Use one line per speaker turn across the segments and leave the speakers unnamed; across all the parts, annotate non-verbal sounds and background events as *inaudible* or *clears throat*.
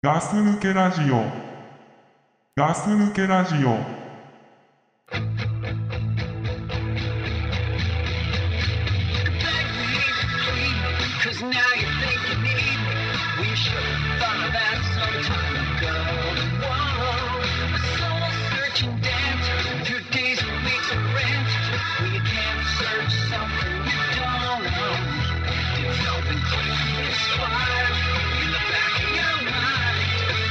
ガス抜けラジオ。ガス抜けラジオ。
Cause now you think you need me. We should have thought of that some time ago. Whoa, a soul searching dancer through days and weeks of rent. We can't search something you don't know. Did something crazy inspire in the back of your mind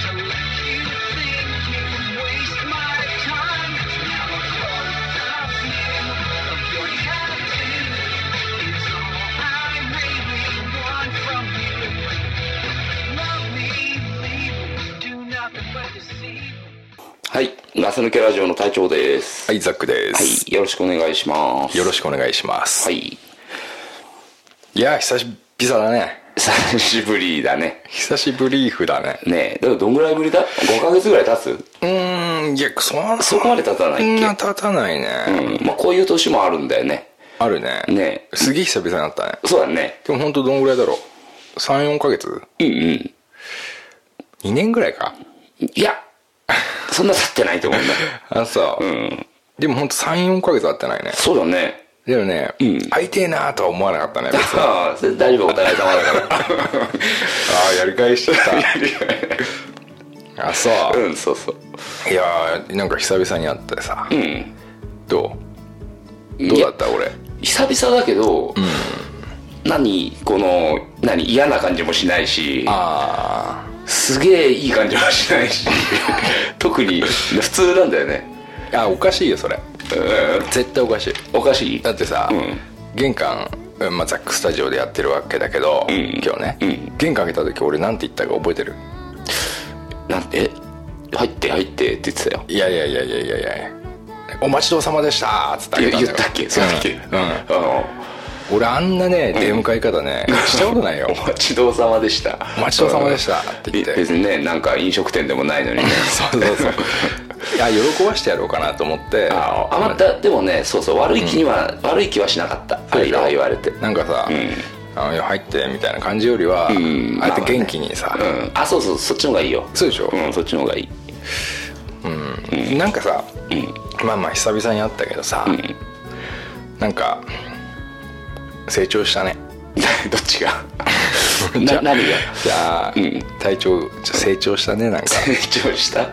to let you think you can waste my time? Now a close up view of your tattoo is all I really want from you. Love me, leave me, do nothing but deceive me.
はい。ガス抜けラジオの隊長です。。
はいい、ザックです、
よろしくお願いします。
よろ
し
しくお願いします。、
はいい。
や、久しぶりだね。
久しぶりだね。
久しぶりーふだね。
ねえ、だからどんぐらいぶりだ ?5 ヶ月ぐらい経つ
うーん、いや、そん
そこまで経たないっ
そ
け
んな経たないね。
うん。まあ、こういう年もあるんだよね。
あるね。
ね
すげえ久々になったね。
そうだね。
でもほんとどんぐらいだろう。3、4ヶ月
うんうん。
?2 年ぐらいか。
いや、そんな経ってないと思うんだ。
あのさ、
うん。
でもほんと3、4ヶ月会ってないね。
そうだ
*laughs*
ね。
でもね、
ん
会いてえなーとは思わなかったね。
*laughs*
別に
ああ、それ大丈夫、お互い様だ
*laughs*
か
ああ、やり返しち
*laughs*
ゃった。あ、そう。
ら。うん、そうそう。
いやー、なんか久々に会ってさ、
うん。
どうどうだった俺。
久々だけど、何この何嫌な感じもしないし
あ
すげえいい感じもしない
*laughs*
し特に普通なんだよね
ーあおかしいよそれ絶対おかしい
おかしい
だってさ、
うん
玄関、うんまあ、ザックスタジオでやってるわけだけど、
ん
今日ね、
うん
玄関開けた時俺なんて言ったか覚えてる
なんてえ入って入ってって言ってたよ
いやいやいやいやいやいやお待ちどうさまでしたーっつって
言
開けた
言
んだよ
ったっけそうだっけ、
うん
あの
うん俺あんなね出迎え方ね、したことないよ
*laughs* お待ちどうさまでした
お待ちどうさまでしたって言って
別にねなんか飲食店でもないのにね
*laughs* そうそうそういや喜ばしてやろうかなと思って
ああまたでもねそうそう悪い気には、悪い気はしなかったあれ言われて
なんかさ、あのいや入ってみたいな感じよりは、
ん
ああやって元気にさ、
うんあそうそうそっちの方がいいよ
そうでしょ、
うんそっちの方がいい
なんかさ、まあまあ久々に会ったけどさ、なんか成長したね
*laughs* どっちがな何が *laughs*
じゃあ、
ん
体調じゃあ成長したねなんか
成長した
うん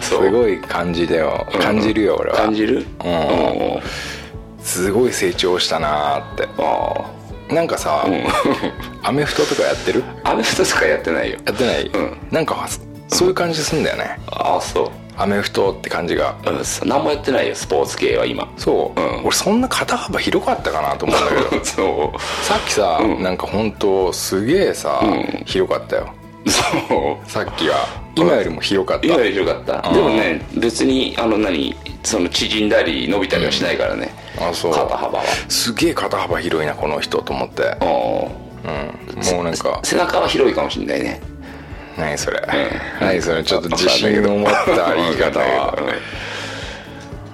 す
そう
ごい感じだよ感じるよ俺は
感じる
うん
うん
すごい成長したなーって
あ
なんかさ、アメフトとかやってる
あアメフトとかやってないよ
やってない、
うん
なんかそういう感じすんだよね、
ああそ
アメフトって感じが
う、うん、そう何もやってないよスポーツ系は今
そう、
うん
俺そんな肩幅広かったかなと思うんだけ
*laughs*
ど
そ
さっきさ、なんか本当すげえさ、
ん
広かったよ
うそう
さっきは今よりも広かった、
今よりよかった
うん
でもね別にあの何その縮んだり伸びたりはしないからね、
あそう
肩幅は
すげえ肩幅広いなこの人と思って、
うん
うん、もうなんか
背中は広いかもしれないね
何それ、
う
何それちょっと自信の持った言い方
わ
は
かんないけど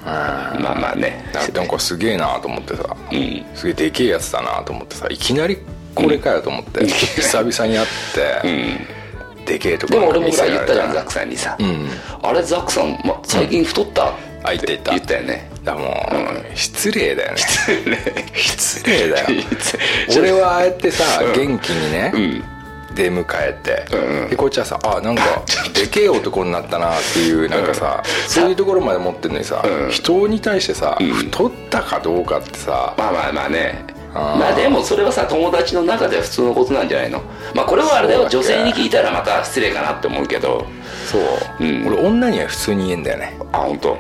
まあまあね
なんかすげえなと思ってさ、
ん
すげえでけえやつだなと思ってさいきなりこれかよと思って、久々に会って、でけえとこ
でも俺もほら
見せ
言
ら
っ
れ
たじゃんザックさんにさ、
ん
あれザックさん、ま、最近太った、
あ言ってた
言ったよね
だからもう、失
*laughs*
礼だよね
失
礼
*laughs*
だよ俺はああやってさ、元気にね、出迎えて、でこっちはさあなん *laughs* かでけえ男になったなっていうなんかさ、そういうところまで持ってんのにさ、人に対してさ、太ったかどうかってさ、
まあまあまあね
あー
まあでもそれはさ友達の中では普通のことなんじゃないのまあこれはあれだよ
そ
女
うだっけ
性に聞いたらまた失礼かなって思うけど
そう、
うん
俺女には普通に言えんだよね
あ本当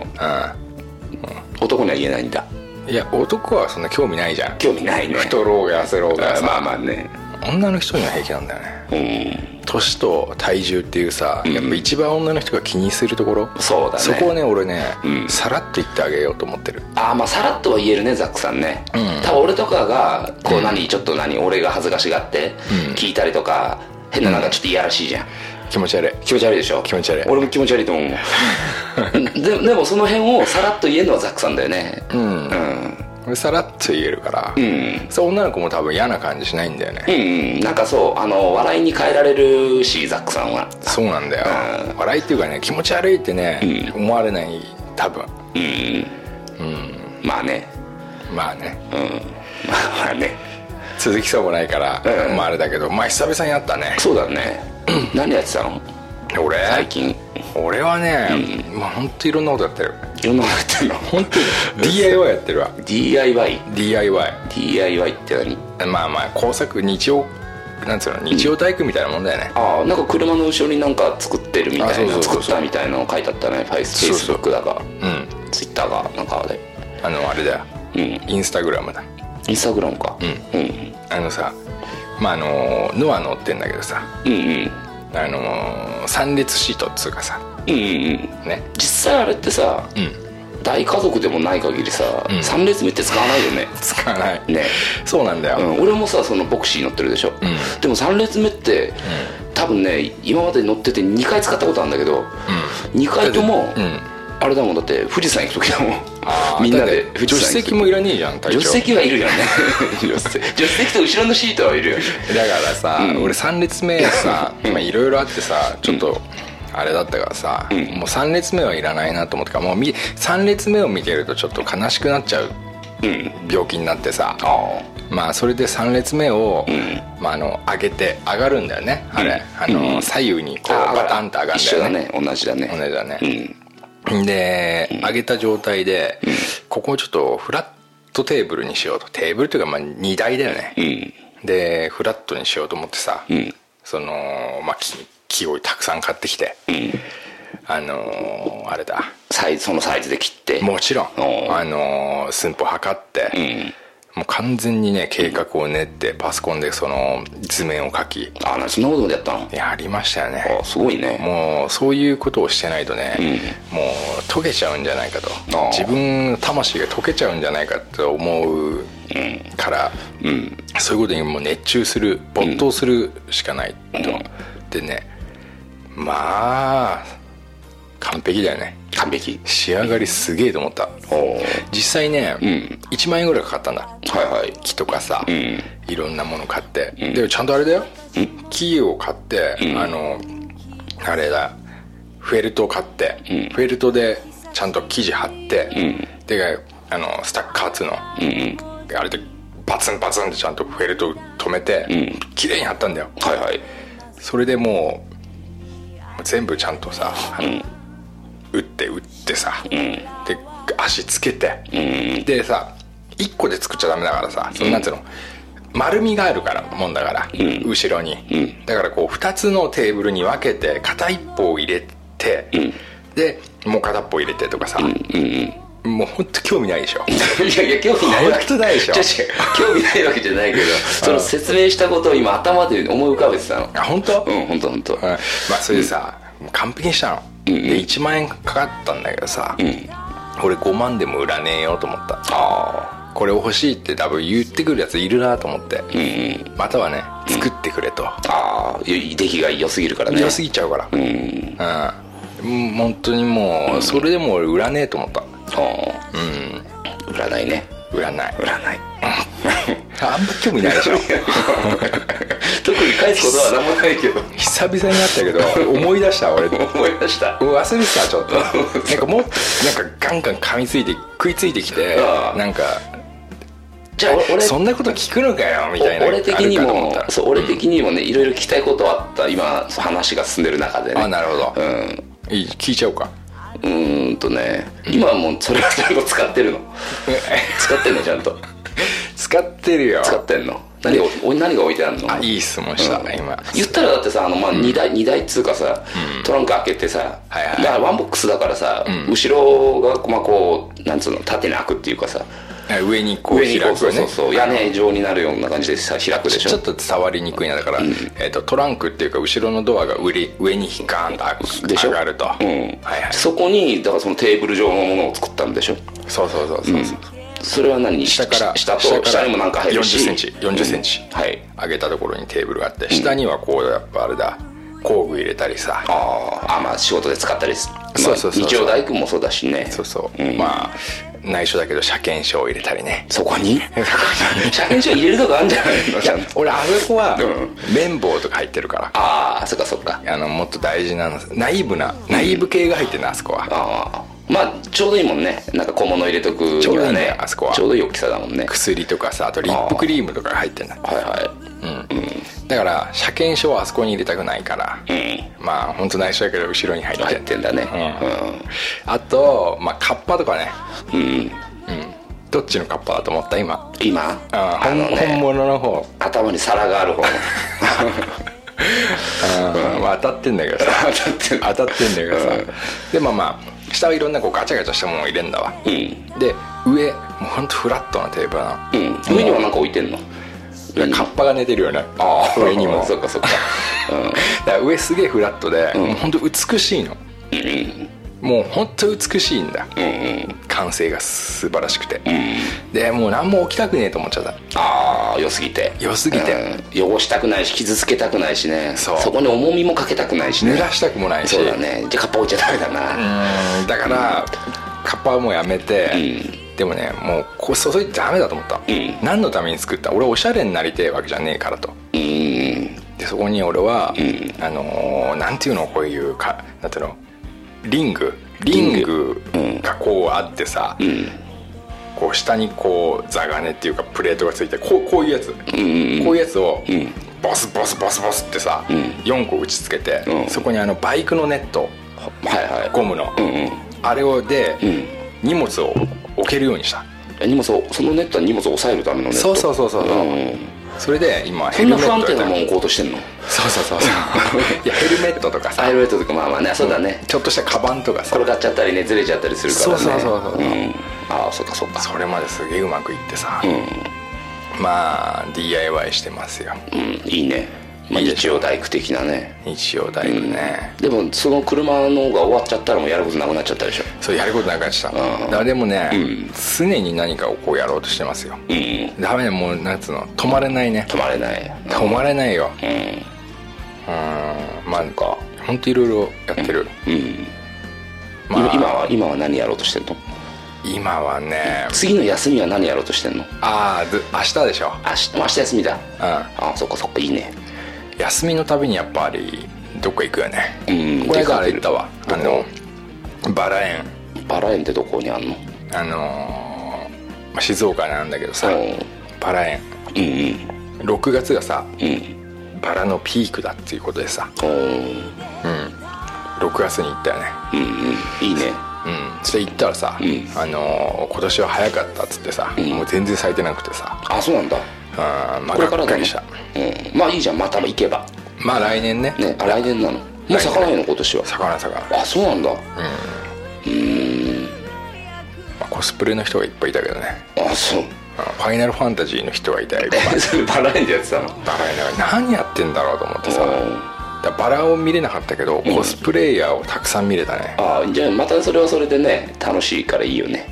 男には言えないんだ
うんいや男はそんな興味ないじゃん
興味ないね
太ろうが痩せろうが
あ
さ、
まあまあね
女の人には平気なんだよね
うん
年と体重っていうさ、やっぱ一番女の人が気にするところ
そうだね
そこをね俺ね、
うん
さらっと言ってあげようと思ってる
ああまあさらっとは言えるねザックさんね、
うん
多分俺とかがこう
うん
何、ちょっと何俺が恥ずかしがって
うん
聞いたりとか、変ななんかちょっといやらしいじゃん
気持ち悪い
気持ち悪いでしょ
気持ち悪い
俺も気持ち悪いと
*laughs*
思うででもその辺をさらっと言えるのはザックさんだよね
うん
うん
でさらっと言えるから、
うん
そう女の子も多分嫌な感じしないんだよ
う
ね、
んうんなんかそうあの笑いに変えられるしザックさんは
そうなんだよ、笑いっていうかね気持ち悪いってね、思われない多分
うんまあね
まあね
うんまあね
続きそうもないから、
うん
まああれだけどまあ久々に会ったね
そうだね何やってたの
俺
最近
俺はね、まあ本当いろんなことやってる
いろんなことやってんの
本当に DIY やってるわ
DIY
DIY
DIY って何
まあまあ工作日曜なんつうの日曜体育みたいなもんだよね、
ああなんか車の後ろになんか作ってるみたい
あそ
な
うそうそ
作
う
ったみたいなの書いてあったねフェイス
そうそう
Facebook だか
うん、
Twitter がなんかあれ
あのあれだよ
うん
インスタグラムだ
インスタグラムかうんうん
あのさまああのノア乗ってんだけどさ
うん
あの三列シートっつうかさ
うんうんうん
ね
実際あれってさ
うん
大家族でもない限りさ
うん
3列目って使わないよね
使わない
ね
そうなんだ
う
よ、
ん、俺もさそのボクシー乗ってるでしょ、
ん
でも3列目って、多分ね今まで乗ってて2回使ったことあるんだけど、2回とも、
うん
あれだもんだって富士山行く時だも
あー
*laughs* んみんなで
だって
富
助
士山行
手
く時
席もいらねえじゃん隊
助
長
手席はいる
*laughs*
よね助手席助手席と後ろのシートはいるよ
だからさ、俺3列目さまあいろいろあってさちょっとあれだったからさ、もう3列目はいらないなと思ってからもうみ3列目を見てるとちょっと悲しくなっちゃう
うん
病気になってさ
ああ
まあそれで3列目を、
ん
まあ、あの上げて上がるんだよねあれ、
うん
あ
う
の
ん
左右にこう
あ
バタンと上がるんだ
一緒
よ
だ
ね
ね同じだね
同じだね
うん
で、上げた状態で、ここをちょっとフラットテーブルにしようとテーブルというかまあ荷台だよね、
うん
でフラットにしようと思ってさ、
ん
そのまあ木木をたくさん買ってきて、あのーあれだ
サイズそのサイズで切って
もちろん
おう
あのー寸法測って、
うん
もう完全にね計画を練ってパソコンでその図面を書き
あなそんなことまでやったの
やりましたよね
あすごいね
もうそういうことをしてないとね、もう溶けちゃうんじゃないかと
ああ
自分の魂が溶けちゃうんじゃないかと思うから、そういうことにもう熱中する没頭するしかないと、でねまあ完璧だよね
完璧
仕上がりすげえと思った
おおはい
実際ね、
ん
1万円ぐらいかかったんだ
はい
木とかさ、
ん
いろんなもの買って、でもちゃんとあれだよ、木を買って、あのあれだフェルトを買って、フェルトでちゃんと生地貼って、であのスタッカーっつうの、であれでバツンバツンってちゃんとフェルト止めて、綺麗に貼ったんだよ
はいはい
それでもう全部ちゃんとさ、あの打って打ってさ、で足つけて、でさ1個で作っちゃダメだからさ、そのなんつうの丸みがあるからもんだから、後ろに、だからこう2つのテーブルに分けて片一方を入れて、でもう片っぽ入れてとかさ、もうほんと興味ないでしょ
いやいや、興味ないわけ
本当ないでしょ
違う違う興味ないわけじゃないけど、その説明したことを今頭で思い浮かべてたの。
あ本当、
うん、ほんとほんと。
まあそれでさ、もう完璧にしたの、で1万円かかったんだけどさ、俺5万でも売らねえよと思ったこれ欲しいって多分言ってくるやついるなと思って、またはね作ってくれと、
ああ、い出来が良すぎるからね。
良すぎちゃうから
うん。
うん、うん、本当にもうそれでも俺売らねえと思った
ああ。うん。占いね。
売らない
占い。
*laughs* あんま興味ない
*laughs*
でしょ
特に返すことは何もないけど、
久々になったけど思い出した俺
思い出した。
忘れてたち
*laughs*
ょっとなんかもっとなんかガンガン噛みついて食いついてきて
ああ
なんか
じゃあ、俺、
そんなこと聞くのかよみたいな
お俺的に
あるかと思っ
も
たら
そう俺的にもねいろいろ聞きたいことはあった今話が進んでる中でね
あなるほど
うん
いい聞いちゃおうか
うーんとね、今はもうそれはちゃんと使って
*laughs*
るの使ってんのちゃんと
使ってるよ
使ってんの何がお何が置いてあるの
あいい質問した、
うん
今
言ったらだってさあの、まあ、荷台、荷台っつうかさ、トランク開けてさ、
はいはい
だからワンボックスだからさ、後ろが、まあ、こうなんつうの縦に開くっていうかさ
上にこう
上に
開く
こ
ね
うそうそうそう屋根状になるような感じでさ開くでしょ
ちょっと伝わりにくいなだから、えっとトランクっていうか後ろのドアが上に上にガーンと
で
開
し
く
ょ
上がると、
うん
はいはい
そこにだからそのテーブル状のものを作ったんでしょ
そうそうそうそう、そう
それは何
下から
下と
下
下
から
にもなんか入るし
40センチ40センチ
うんはい
上げたところにテーブルがあって下にはこうやっぱあれだ工具入れたりさ
あーあまあ仕事で使ったりす、まあ
そうそうそうそう
日曜大工もそうだしね
そうそう、
ん
まあ内緒だけど車検証を入れたりね
そこ
*laughs*
に車検証入れるとこあるんじゃないの
い
ちゃ
や
んと
俺あそこは
うん
綿棒とか入ってるから
ああそっかそっか
あのもっと大事なのナイーブなナイーブ系が入ってるなあそこは
ああまあちょうどいいもんねなんか小物入れとくにはね
ちょうどいいんだよあそこは
ちょうどいい大きさだもんね
薬とかさあとリップクリームとかが入ってるんだ
はいは
だから車検証はあそこに入れたくないから
いうん
まあ本当内緒だけど後ろに入って
入ってんだね
あとまあカッパとかね
うん、うん、
どっちのカッパだと思った今
今
あ
あの
本
ね
物の方
頭に皿があ
*laughs*
る方
うんまあ当たってんだけどさ
*laughs* 当たってんだ
当たってんだけどさ、
うん
でまあまあ下はいろんなこうガチャガチャしたものを入れんだわ、
うん
で上もうほんとフラットなテーブルなの
うん上にはなんか置いてんの上に
カ
も
ッパが寝てるよね上にも
そっかそっか
だから上すげえフラットで、もうほんと美しいの、もうほんと美しいんだ、
うんうん
完成が素晴らしくて、
うん
でもう何も置きたくねえと思っちゃった
ああ良すぎて
良すぎて、
うん汚したくないし傷つけたくないしね
そう
こに重みもかけたくないしね
濡らしたくもないし
そうだねじゃあカッパ置いちゃダメだ
う
な、
んだから、カッパはもうやめて、
う
でもねもうこう注いでダメだと思った、
ん
何のために作った俺おしゃれになりてえわけじゃねえからと
うん
でそこに俺は、
ん
あのーなんていうのこういうかなんていうのリングリング
うん
がこうあってさ、
うん
こう下にこうザガネっていうかプレートがついてこうこういうや
ん
つ、
うん
こういうやつを、
うん
ボスボスボスボスってさ、
ん
4個打ちつけて、
うん
そこにあのバイクのネット
はいはい
ゴムの、
うんうん
あれをで、
うん
荷物を置けるようにした
え荷物をそのネットは荷物を抑えるためのネット
そうそうそうそう
うんうん
それで今
そ
ヘ
ん
ル
な不
メット
安定なもん
やっ
置こうとしてんの
たりそうそうそうそう
*laughs*
いやヘルメットとかさ
アイロレットとかまあまあねそうだね
ちょっとしたカバンとかさ
転がっちゃったりねずれちゃったりするからね
そうそうそうそう
うんああそっかそっか
それまですげえうまくいってさ、
う
まあ DIY してますよ
ん、うん、いいね、まあ、
いいでし
日曜大工的なね
日曜大工ね、
でもその車の方が終わっちゃったらもうやることなくなっちゃったでしょ
そうやることなくなっちゃった、
うん
だからでもね、
うん
常に何かをこうやろうとしてますよ
うん
ダメねもうなんつうの止まれないね
止まれない
止まれないよ
うん
うんまあか本当いろいろやってる、
うん、
ま
今
あ
今は今は何やろうとしてんの
今はね
次の休みは何やろうとしてんの
ああず明日でしょ
明日明日休みだ
う
あそっかそっかいいね
ん休みのたびにやっぱりどっか行くよね
うん
これか
出か
ら行
ける
ったわあのバラ園
バラ園ってどこにあんの
あのーまあ静岡なんだけどさ
うん
バラ園
うん
6月がさ
うんうん
バラのピークだっていうことでさ
おー
6月に行ったよね
うんうんいいね
うんそれ行ったら
ん
さ、あのー今年は早かったっつってさ、
ん
もう全然咲いてなくてさ
あそうなんだ
うんまあ
これか
が
ら
っか
だ
り
ね
した、
うん、まあいいじゃんまた行けば
まあ来年ね
ねあ来年なのもう咲かないの今年は
魚魚、ま
あそうなんだ
あ、コスプレの人がいっぱいいたけどね
あそう
うんファイナルファンタジーの人が
*laughs*
いたよ
え *laughs* それバラ園でやってたの
バラやな何やってんだろうと思ってさ
あ
だからバラを見れなかったけど、コスプレイヤーをたくさん見れたね
あじゃあまたそれはそれでね楽しいからいいよね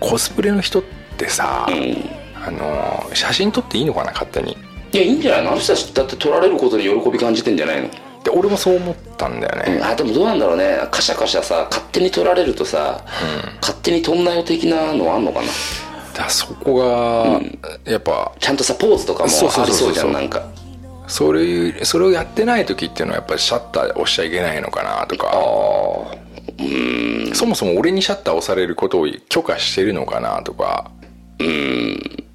コスプレの人ってさ、
うんい
あのー写真撮っていいのかな勝手に
やいいんじゃないのあの人たちだって取られることに喜び感じてんじゃないの、
で俺もそう思ったんだよね、
あでもどうなんだろうねカシャカシャさ勝手に取られるとさ、勝手に取んなよ的なのはあんのかな
だからそこが、やっぱ
ちゃんとさポーズとかも
そうそ
あ
う
り
そうそう
そうじゃんなんか
それそれをやってない時っていうのはやっぱりシャッター押しちゃいけないのかなと
ああ
か
うーん
そもそも俺にシャッター押されることを許可してるのかなとか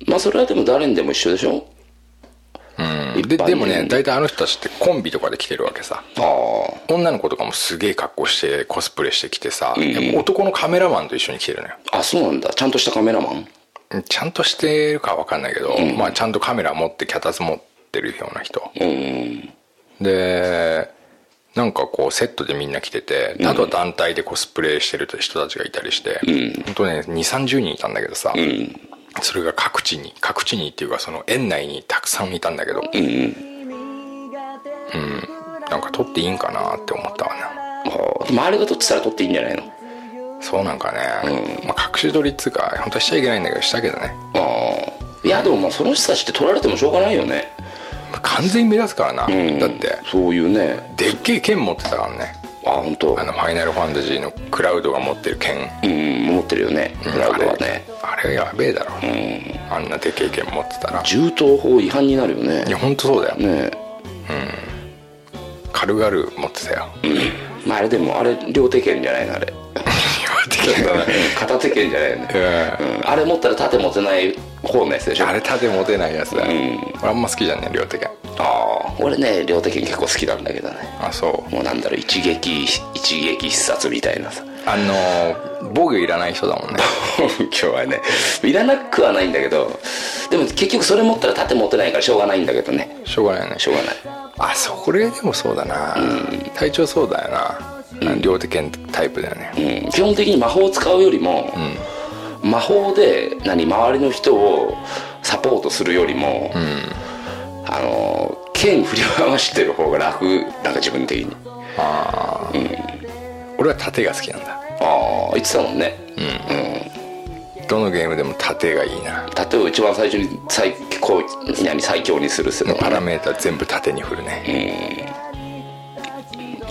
まあそれはでも誰にでも一緒でしょ
うんで
一般
でもね
に
大体あの人たちってコンビとかで来てるわけさ
ああ
女の子とかもすげえ格好してコスプレしてきてさ、でも男のカメラマンと一緒に来てるのよ
あそうなんだちゃんとしたカメラマン
ちゃんとしてるかわかんないけど、まあちゃんとカメラ持って脚立持ってるような人
うん
でなんかこうセットでみんな来てて、あとは団体でコスプレしてる人たちがいたりして、ほんとね2 3 0人いたんだけどさ、それが各地に各地にっていうかその園内にたくさんいたんだけど、
うんうん
なんか撮っていいんかなって思ったわな
ああ周りが撮ってたら撮っていいんじゃないの
そうなんかね、まあ、隠し撮りっつうか本当はしちゃいけないんだけどしたけどね
ああいやでもまあその人たちって取られてもしょうがないよね、
完全に目立つからな、
うん
だって
そういうね
でっけえ剣持ってたからね
ああ本当
あの「ファイナルファンタジー」のクラウドが持ってる剣
うん持ってるよねクラウドはね
あれあれやべえだろ、
うん
あんなでけえ剣持ってたらい
銃刀法違反になるよね
や本当そうだよ、
ね
軽々持ってたよ、 *laughs*
えうんまああれでもあれ両手剣じゃないのあれ片手剣じゃないよね、うん、あれ持ったら盾持てない方のやつでしょ
あれ盾持てないやつだよ、
うん
俺あんま好きじゃんね両手剣
ああ俺ね両手剣結構好きなんだけどね
あそう
もうなんだろう一撃一撃必殺みたいなさ
あのー防具いらない人だもん
*laughs*
ね
今日はねいらなくはないんだけどでも結局それ持ったら盾持てないからしょうがないんだけどね
しょうがないよね
しょうがない
あそれでもそうだな、体調そうだよな、両手剣タイプだよね
うん、基本的に魔法を使うよりも、魔法で何周りの人をサポートするよりも、あの剣振り回してる方が楽なんか自分的に
俺は盾が好きなんだ
ああ言ってたもんね、
どのゲームでも盾がいいな
例えば一番最初に最こう何最強にするっていうの
パ
が
ラ
ね
メータ全部盾に振るね、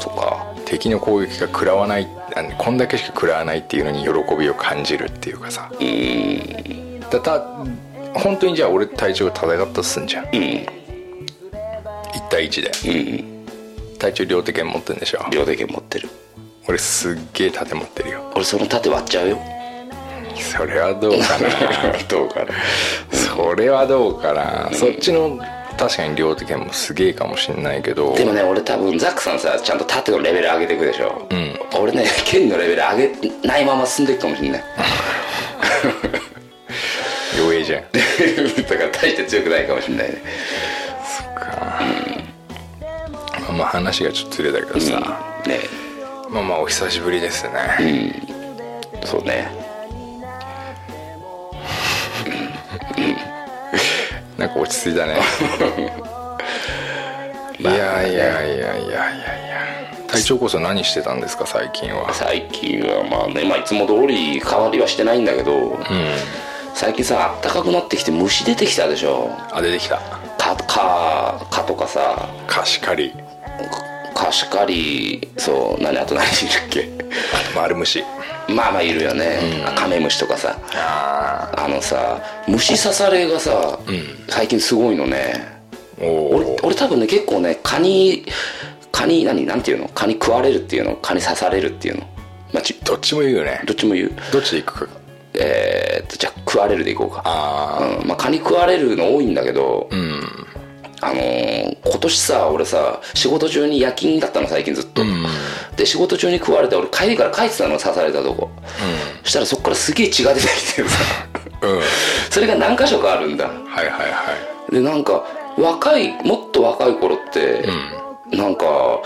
とか
敵の攻撃が食らわないあのこんだけしか食らわないっていうのに喜びを感じるっていうかさだた本当にじゃあ俺隊長戦ったとすんじゃん1
うん
対1で
うん
隊長両手剣持ってんでしょ
両手剣持ってる
俺すっげえ盾持ってるよ
俺その盾割っちゃうよ
それはどうかな
*laughs* どうかな
それはどうかなそっちの確かに両手剣もすげえかもしんないけど
でもね俺多分ザックさんさちゃんと盾のレベル上げていくでしょ、
ん
俺ね剣のレベル上げないまま進んでいくかもしん *laughs* ない
弱えじゃん
だから大して強くないかもしんないね
まあまあ話がちょっとずれたけどさ、
うんね
まあまあお久しぶりですね、
そうね
なんか落ち着い
*laughs*
たねいやいやいやいやいやいや隊長こそ何してたんですか最近は
最近はまあね、まあ、いつも通り変わりはしてないんだけど、最近さあったかくなってきて虫出てきたでしょ
あ出てきた
蚊蚊蚊とかさ
貸し借り
貸し借りそう何あと何いるっ
丸虫
け *laughs* まあまあいるよね、カメムシとかさあのさ虫刺されがさ、最近すごいのね
おお
俺俺多分ね結構ね蚊に蚊に何なんていうの蚊に食われるっていうの蚊に刺されるっていうの、まあ、ち
どっちも言うよね
どっちも言う
どっちで行くか
えーっとじゃあ食われるでいこうか
ああ
うんまあ、蚊に食われるの多いんだけど、
うん
あのー今年さ俺さ仕事中に夜勤だったの最近ずっと、で仕事中に食われて俺帰りから帰ってたの刺されたとこ、そしたらそっからすげえ血が出てきてさ
うん
それが何箇所かあるんだ
はいはいはい
でなんか若いもっと若い頃って、なんか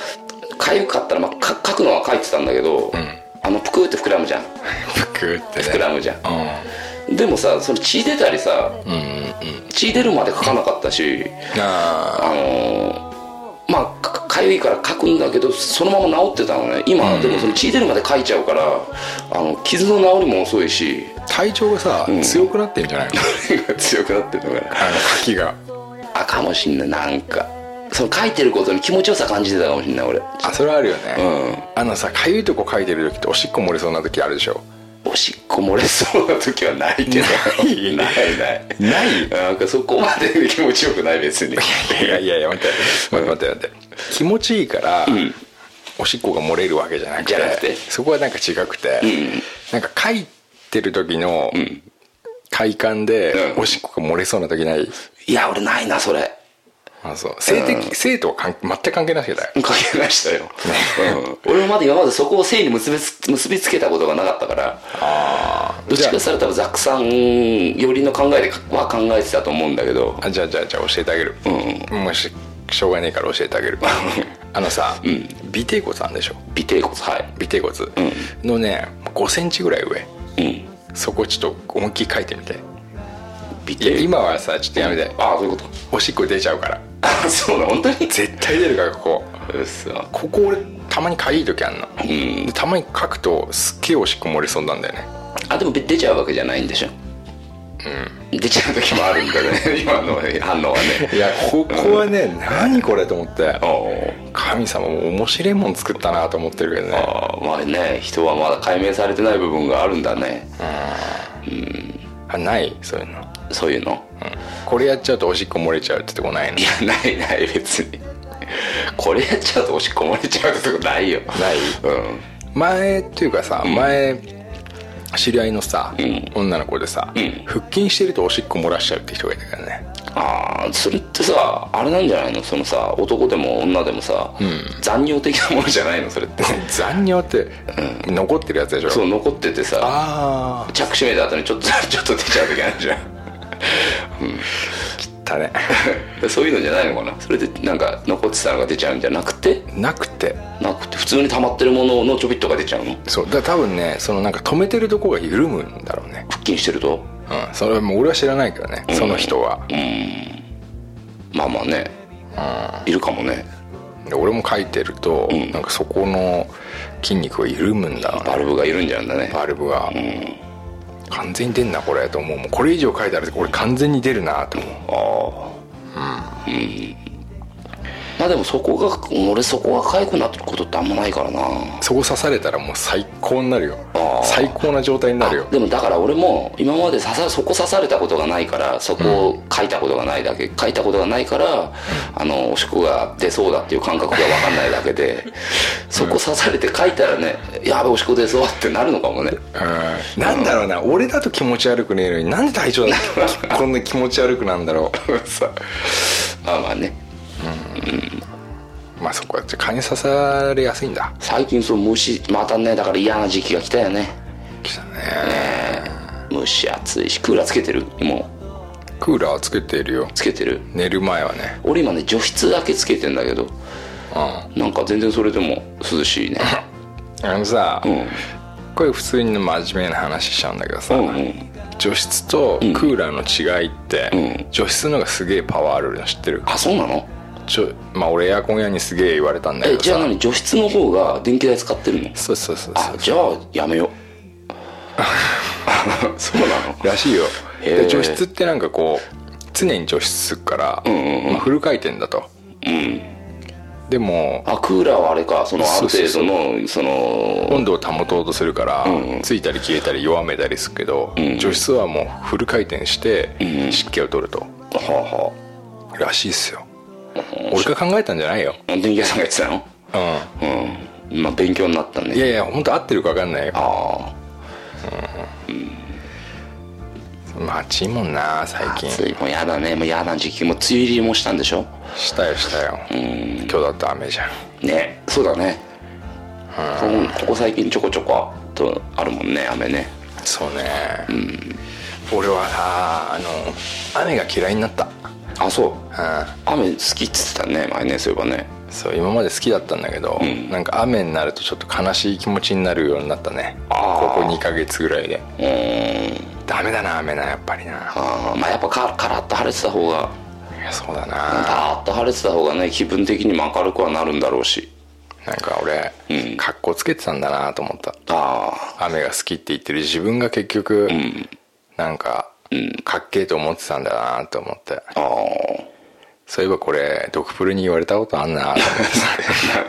かゆかったら、まあ、か書くのは書いてたんだけど、あのぷくって膨らむじゃん
ぷくって
膨
ね
らむじゃん
うん
でもさその血出たりさ、血出るまで書かなかったし、
あ
あのーまあかかゆいから書くんだけどそのまま治ってたのね今、でもその血出るまで書いちゃうからあの傷の治りも遅いし *laughs*
あ体調がさ、強くなってんじゃない *laughs* の
強くなってるのかな
あの牡蠣が
あかもしんないなんかその書いてることに気持ちよさ感じてたかもしんない俺
あそれはあるよね、
うん
あのさかゆいとこ書いてる時っておしっこ漏れそうな時あるでしょ
おしっこ漏れそうな時はないけど
ない
ないない
ない
なんかそこまで気持ちよくない別に
いやいやいや待って待って待って待って気持ちいいから、おしっこが漏れるわけじゃなくて
じゃなくて
そこはなんか違くて、なんか書いてる時の快感で、
うん
おしっこが漏れそうな時ない
いや俺ないなそれ
あそう性的、性とは関全く関係なしだよ
かけましたよ、うん、俺もまだ今までそこを性に結びつ結びつけたことがなかったからどっちかされたらザックさん寄りの考えでは考えてたと思うんだけど
あじゃあじゃあじゃあ教えてあげる、もうししょうがねえから教えてあげるあのさ、尾てい骨あんでしょ
尾てい骨は
尾てい骨のね5センチぐらい上
いうん
そこちょっと思いっきり書いてみて
尾
いや
てい
今はさちょっとやめて
ああそういうこと
おしっこ出ちゃうから
あ *laughs* そうだ本当に
絶対出るからここ
うっそ
ここ俺たまにかゆい時あんの、でたまに書くとすっげえおしっこ漏れそうなんだよね
あでも出ちゃうわけじゃないんでしょ出ちゃう時もあるんだ
*laughs*
ね今の反応はね
いやここはね、何これと思って
おう
神様も面白いもん作ったなと思ってるけどね
ああまあね人はまだ解明されてない部分があるんだね
あないそういうの、
そういうの
うんこれやっちゃうとおしっこ漏れちゃうってとこないの
いやないない別にこれやっちゃうとおしっこ漏れちゃうってとこないよ
ない
うん
前っていうかさ、前知り合いのさ、
ん
女の子でさ、
ん
腹筋してるとおしっこ漏らしちゃうって人がいたからね
ああそれってさあれなんじゃないのそのさ男でも女でもさ、残尿的なものじゃないのそれ
*laughs*
って
残尿って残ってるやつでしょ、
そう残っててさ
ああ
着締めた後にちょっとちょっと出ちゃう時あるじゃ
だね
ん *laughs* そういうのじゃないのかなそれでなんか残ってたのが出ちゃうんじゃなくて
なくて
なくて普通に溜まってるもののちょびっとが出ちゃうの
そうだから多分ねそのなんか止めてるとこが緩むんだろうね
腹筋してると
うんそれはもう俺は知らないけどね、その人は
まあまあねいるかもね
で俺も書いてると、
ん
なんかそこの筋肉が緩むんだな
バルブが緩んじゃうんだね
バルブが、完全に出んなこれと思うもうこれ以上書いてあるとこれ完全に出るなと思う
ああうんまあでもそこが俺そこが痒くなってることってあんまないからな
そこ刺されたらもう最高になるよ
あー
最高な状態になるよ
でもだから俺も今まで刺さそこ刺されたことがないからそこを書いたことがないだけ、書いたことがないからあのおしっこが出そうだっていう感覚が分かんないだけでそこ刺されて書いたらねやべおしっこ出そうってなるのかもね
うんなんだろうな俺だと気持ち悪くねえのになんで体調だ
*laughs*
こんな気持ち悪くなんだろ
まあまあね
うまあそこは蚊に刺されやすいんだ
最近その虫またねだから嫌な時期が来たよね
来たね
蒸し暑いしクーラーつけてるもう
クーラーつけているよ
つけてる
寝る前はね
俺今ね除湿だけつけてんだけど
う
なんか全然それでも涼し
*laughs*
いね
んあのさ、
うん
これ普通に真面目な話しちゃうんだけどさ、
うんうん
除湿とクーラーの違いって、
うん
除湿の方がすげえパワーあるの知ってる
あそうなの
ちょまあ俺エアコン屋にすげえ言われたんだけ
え
ど
じゃあ
さ
何除湿の方が電気代使ってるの
そうそうそう
あ
そう
じゃあやめようそうなの
らしいよ
へえ
で除湿ってなんかこう常に除湿するから、まあ、フル回転だとでも
あクーラーはあれかそのあ
そ
る
うそ
程
うそ
度
う
のその
温度を保とうとするから、
うん
ついたり消えたり弱めたりするけど、除湿はもうフル回転して湿気を取ると、
はあは
らしいっすよ俺が考えたんじゃないよ、
あ電気屋さんが言ってたの
う
うんまあ勉強になった
ん、い
ね
やいや本当合ってるか分かんないよ
あ
まあ暑いもんな最
あ
近
暑いもうやだねもうやな時期もう梅雨入りもしたんでしょ
したよしたよ、今日だって雨じゃん
ねそうだねうんここ最近ちょこちょこあとあるもんね雨ね
そうね、俺はさあの雨が嫌いになった、
あそう
う
雨好きっつってたね前ねそういえばね
ん、そう今まで好きだったんだけど、なんか雨になるとちょっと悲しい気持ちになるようになったね
あー
ここ2ヶ月ぐらいで
うーん
ダメだな雨なやっぱりな
あーまあやっぱカカラッと晴れてた方が
いやそうだな
パーッと晴れてた方がね気分的にも明るくはなるんだろうし
なんか俺、
うん
格好つけてたんだなと思った
あ
雨が好きって言ってる自分が結局、なんか、かっけえと思ってたんだなと思って
あああ
そういえばこれドクプルに言われたことあんなと思っ て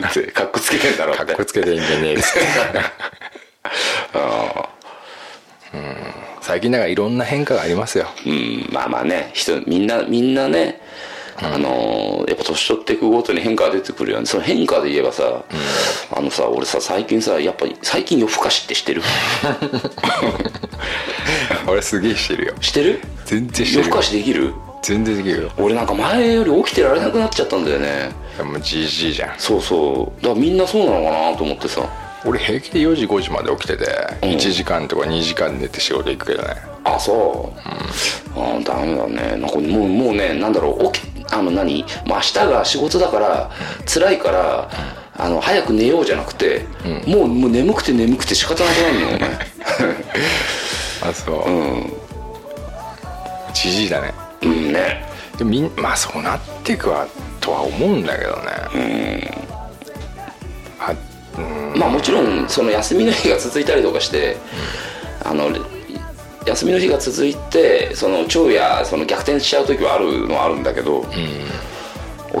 *laughs* なんてかっこつけてんだろう
か
っ
*laughs* ってこつけてんじゃねえっつってうん最近だからいろんな変化がありま
*laughs*
すよ
うんまあまあね人みんなみんなねあのーやっぱ年取っていくごとに変化が出てくるよねその変化で言えばさ、あのさ俺さ最近さやっぱり最近夜更かしってしてる
俺すげえしてるよ
してる
全然して
夜
る
更
よ
かしできる
全然できるよ
俺なんか前より起きてられなくなっちゃったんだよね
もうじじいじゃん
そうそうだからみんなそうなのかなと思ってさ
俺平気で4時5時まで起きてて
うん
1時間とか2時間寝て仕事行くけどね
あそう、あーダメだねなんかもうもうねなんだろう起きあの何、まあ、明日が仕事だから辛いからあの早く寝ようじゃなくて、もうもう眠くて眠くて仕方なくなるのよ *laughs* ね
あそうじじいだね
うんね
でみんまあそうなっていくわとは思うんだけどねあ
まあもちろんその休みの日が続いたりとかして、あの休みの日が続いてその昼夜その逆転しちゃう時はあるのはあるんだけど、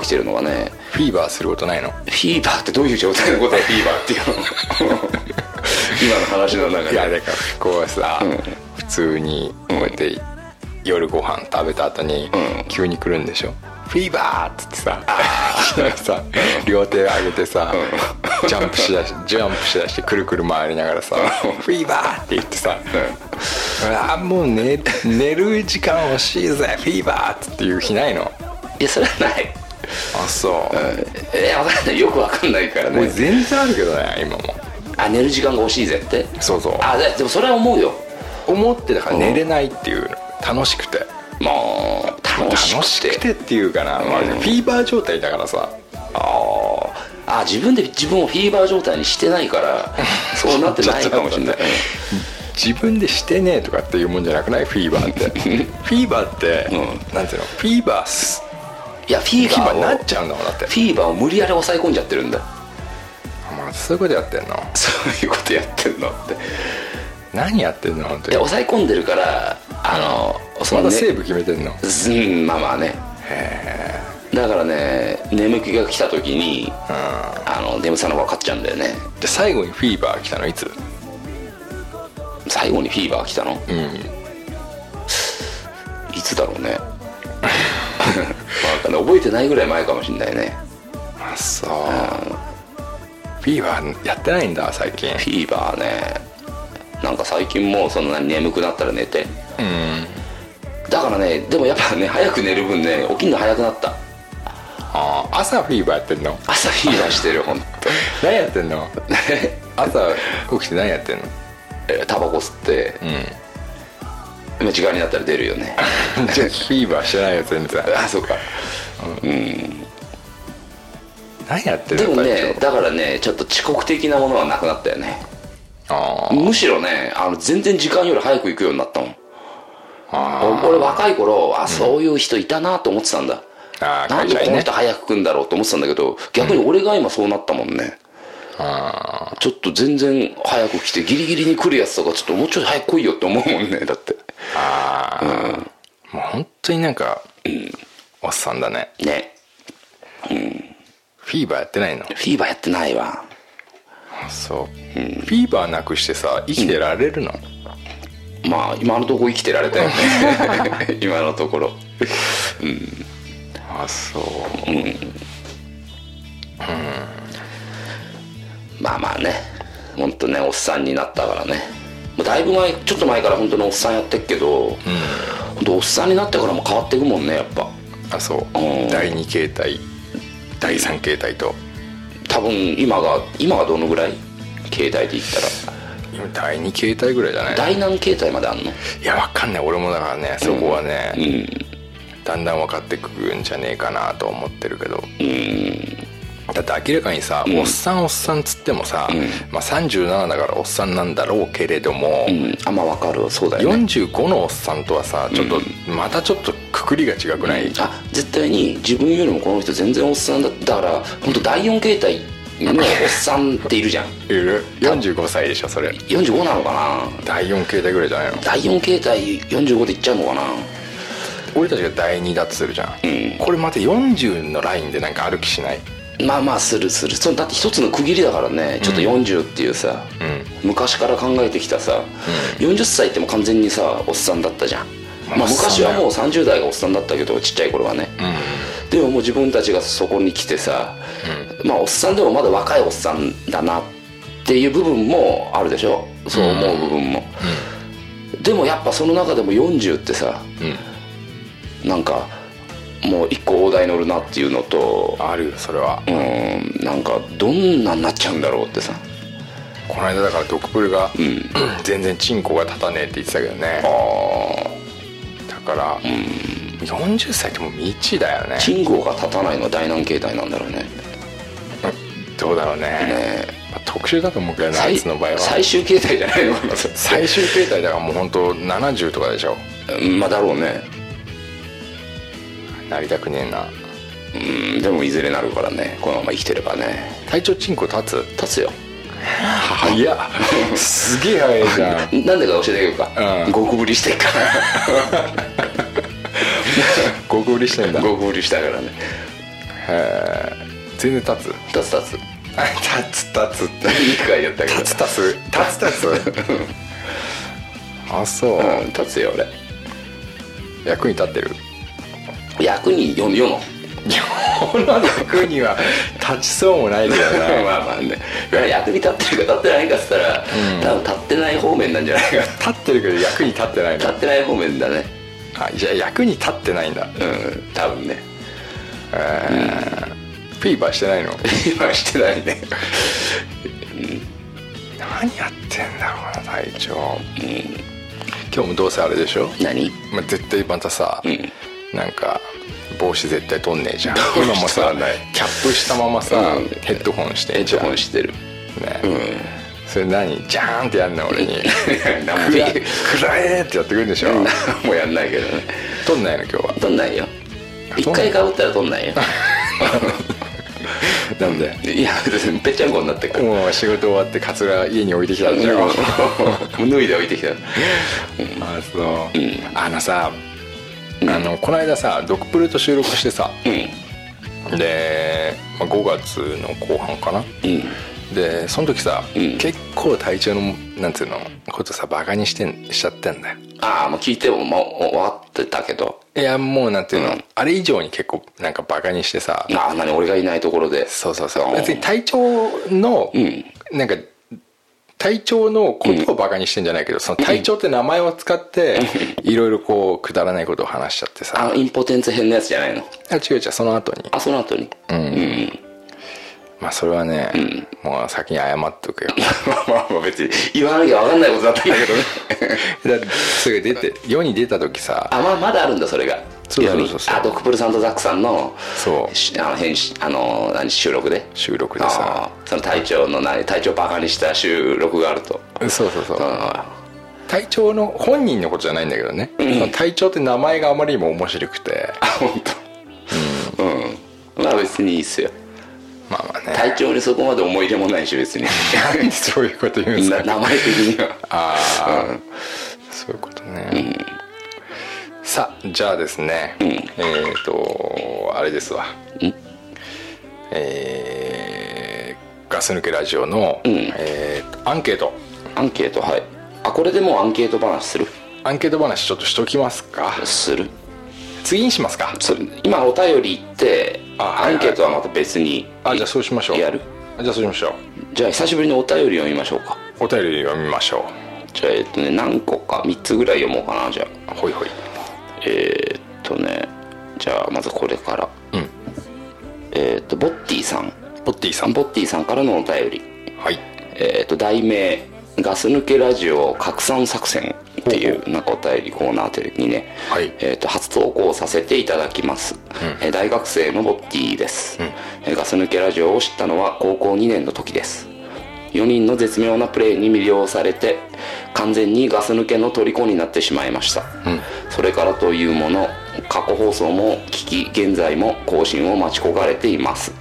起きてるのがね
フィーバーすることないの
フィーバーってどういう状態のことはフィーバーっていう *laughs* の今の話の中
い
で
やだからこうさ、普通にこうやって夜ご飯食べた後に
うん
急に来るんでしょ、フィーバーっつってささ両手上げてさ、ジャンプしだしジャンプしだしてくるくる回りながらさ「フィーバー!」って言ってさ「うわもう寝寝る時間欲しいぜフィーバー!」っていう日ないの
いやそれはない
あそう、
え分かんないよく分かんないから
俺
ね
全然あるけどね今も
あ寝る時間が欲しいぜって
そうそう
あででもそれは思うよ
思ってだから寝れないっていう楽しくて
もう楽しくて
楽しくてっていうかな、まあ
うん
フィーバー状態だからさ
あーあ自分で自分をフィーバー状態にしてないから *laughs* そうなってないかもしれない
自分でしてねえとかっていうもんじゃなくないフィーバーって *laughs* フィーバーって、
う
なんていうのフィーバーす
いやフィ
フィ
ー
ー
バー
バー
を
になっちゃうんだもんだって
フィーバーを無理やり抑え込んじゃってるんだ
まあそういうことやってんの
そういうことやってんのって
何やってんの本当
いや
に
抑え込んでるからあのそ
ま
の
だ
ね
セーブ決めてんの
うんまあまあねだからね眠気が来た時に、あの眠さの方が勝っちゃうんだよね
で最後にフィーバー来たのいつ
最後にフィーバー来たの
うん
いつだろうね *laughs* わかんない覚えてないぐらい前かもしんないね
あそうフィーバーやってないんだ最近
フィーバーねなんか最近もうそんなに眠くなったら寝て
うん
だからねでもやっぱね早く寝る分ね起きるの早くなった
あー朝フィーバーやってんの
朝フィーバーしてる本
*laughs* 何やってんの
当ね
朝起きて何やってんの
えタバコ吸って
う
今時間になったら出るよね
んじゃあフィーバーしてないよ全然
あそうか
何やっ
*laughs*
てる
で
の
もねだからねちょっと遅刻的なものはなくなったよね
あー
むしろねあの全然時間より早く行くようになったもん
あ
俺若い頃あそういう人いたなと思ってたんだ、
ーあー
なん
会
で
社
こ
に
の
ね
人早く来るんだろうと思ってたんだけど逆に俺が今そうなったもんね、
あ
ちょっと全然早く来てギリギリに来るやつとかちょっともうちょい早く来いよって思うもんねだって
ーあーもう本当になんかおっさんだね
ね
フィーバーやってないの
フィーバーやってないわ
そうフィーバーなくしてさ生きてられるの
まあ今のところ生きてられたよ *laughs* ね今のところ
あそう
まあまあね本当ねおっさんになったからねもうだいぶ前ちょっと前から本当におっさんやってっけど、本当おっさんになってからも変わっていくもんねやっぱ
あそう
うん
第2形態第3形態と
多分今が今がどのぐらい携帯で言ったら
今第2形態ぐらいじゃない
第何携帯まであんの
いやわかんない俺もだからねそこはね
うん
だんだん分かってくるんじゃねえかなと思ってるけど
うん
だって明らかにさ、
ん
おっさんおっさんつってもさ、まあ、37だからおっさんなんだろうけれども、
うんあまあわかるそうだよね
45のおっさんとはさちょっと、またちょっとくくりが違くない、
あ絶対に自分よりもこの人全然おっさんだだから本当第4形態のおっさんっているじゃん
いる45歳でしょそれ
45なのかな
第4形態ぐらいじゃないの
第4形態45でいっちゃうのかな
俺たちが第2だとするじゃん、これまた40のラインでなんか歩きしない
まあまあするするそのだって一つの区切りだからねちょっと40っていうさ、昔から考えてきたさ、40歳ってもう完全にさおっさんだったじゃん
まあ
まあ、
おっさん
昔
だよ
はもう30代がおっさんだったけどちっちゃい頃はね、でももう自分たちがそこに来てさ、まあおっさんでもまだ若いおっさんだなっていう部分もあるでしょそう思う部分も、でもやっぱその中でも40ってさ、なんかもう一個大台乗るなっていうのと
あるよそれは
うんなんかどんなになっちゃうんだろうってさ
この間だからドクプルが、全然チンコが立たねえって言ってたけどねだから、40歳ってもう未知だよね
チンゴが立たないのは大難形態なんだろうね
どうだろうね
え
まあ特殊だと思うけど *laughs* ねあ
最
いつの場合は
最終形態じゃないのか
*laughs*
な
最終形態だからもう本当70とかでしょ
うんまあだろうね
なりたくねえな
うんでもいずれなるからねこのまま生きてればね
体調チンコ立つ
立つよ
いやすげえ早いじゃん
なんでか教えてあげようか、
うん
ゴクブリしてっから
ゴクブリして *laughs* んだ
ゴクブリしたからね
へー全然立つ
立つ立つ
あ立つ立つって
2回やったけど
立つ立つ立つ立つ *laughs* あそう、
うん立つよ俺
役に立ってる
役に世の世の
この役には立ちそうもないけどな
*laughs* まあ
*laughs*
まあね役に立ってるか立ってないかっつったら、多分立ってない方面なんじゃないか
立ってるけど役に立ってないの
立ってない方面だね
あじゃあ役に立ってないんだ
うん多分ね *laughs*
フィーバーしてないの
今してないね
何やってんだろうな隊長、今日もどうせあれでしょ、
何
まあ、絶対またさ、
ん
なんか帽子絶対取んねえじゃん
子
今もさ
取らない
キャップしたままさ、
うん
ヘッドホンして
ヘ
んじ
ッド
ゃん
ホン
ね、
してる *laughs*
それ何ジャーンってやんの俺に
何も
く
言
ら
え
くらえってやってくるんでしょ
何もやんないけどね
取んないの今日は
取んないよ
取
一
んない
回かぶったら取んない *laughs* よ
なんで
いや *laughs* 別にぺっちゃんこになってくる
もう仕事終わってカツラ家に置いてきたんでしょ
もう *laughs* 脱いで置いてきた
あそう、あのさあのこの間さドクプルと収録してさ
うん
で、まあ、5月の後半かな
うん
でその時さ、
うん
結構体調のなんつうのことさバカにしてんしちゃってんだよ
ああもう聞いてももう終わってたけど
いやもうなんていう
う
の、
ん
あれ以上に結構なんかバカにしてさ、
ああ何俺がいないところで
そうそうそう
うん
別に体調の、
うん
なんか体調のことをバカにしてんじゃないけど、その体調って名前を使っていろいろこうくだらないことを話しちゃって
あ
さ
のインポテンツ編のやつじゃないの
あ違う違うその後に
あその後にうん
まあそれはね、もう先に謝っとくよ
*laughs* まあまあまあ別に言わなきゃ分かんないことだったんだけどね *laughs*
だってすぐ出て世に出た時さ
あまあまだあるんだそれが
そうそうそうそう
あドクプルさんとザックさんの
そう
しあの編集あの何収録で
収録でさ
あーその隊長の何隊長バカにした収録があると
そうそうそう、
あ
体調の本人のことじゃないんだけどね、その体調って名前があまりにも面白くて
本当うんまあ別にいいっすよ
まあまあ *laughs* ね
隊長にそこまで思い入れもないし
*laughs*
別に
なんでそういうこと言うんです
な
か
名前的には
ああ、そういうことね、さあじゃあですね、えっ、ー、とあれですわえーガス抜けラジオの、えー *laughs* アンケート
アンケートはいあこれでもうアンケート話する
アンケート話ちょっとしときますか
する
次にしますか
それ今お便りって
あはいは
ア
い
ンケートはまた別に
あじゃあそうしましょう
やる
あじゃあそうしましょう
じゃあ久しぶりにお便り読みましょうか
お便り読みましょ
じゃあえっとね何個か3つぐらい読もうかなじゃあ
うほいほい
えーっとねじゃあまずこれから、
うん
えーっとボッティさん
ポッティさん
ボッティさんからのお便り
はい
えーっと題名「ガス抜けラジオ拡散作戦」っていうなんかお便りコーナーでにね、
はい
えーっと初投稿させていただきます、えー大学生のボッティです、えーガス抜けラジオを知ったのは高校2年の時です4人の絶妙なプレーに魅了されて完全にガス抜けの虜になってしまいました、それからというもの過去放送も聞き現在も更新を待ち焦がれています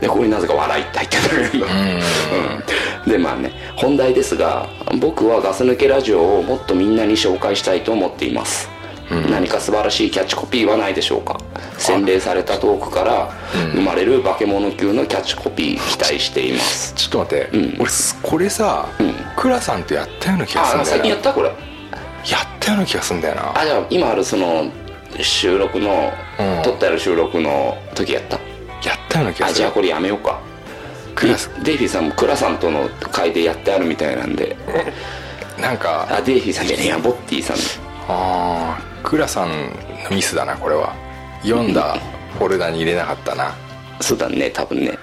でここになぜか「笑い」って入ってんだけどうんでまあね本題ですが僕はガス抜けラジオをもっとみんなに紹介したいと思っています、何か素晴らしいキャッチコピーはないでしょうか洗礼されたトークから生まれる化け物級のキャッチコピー期待しています
ちょっと待って、俺すこれさ、クラさんとやったような気がす
あ
る
あ
んだ
最
よ
近
な
やったこれ
やったような気がするんだよな
あじゃあ今あるその収録の、
うん
撮ってある収録の時やった
やったような気が
あ
す
じ
る
ゃあこれやめようか
クラス
デイフィーさんもクラさんとの会でやってあるみたいなんで
なんか
あデイフィーさんじゃねえやボッティさん
あークラさんのミスだなこれは読んだフォルダに入れなかったな
そうだね多分ね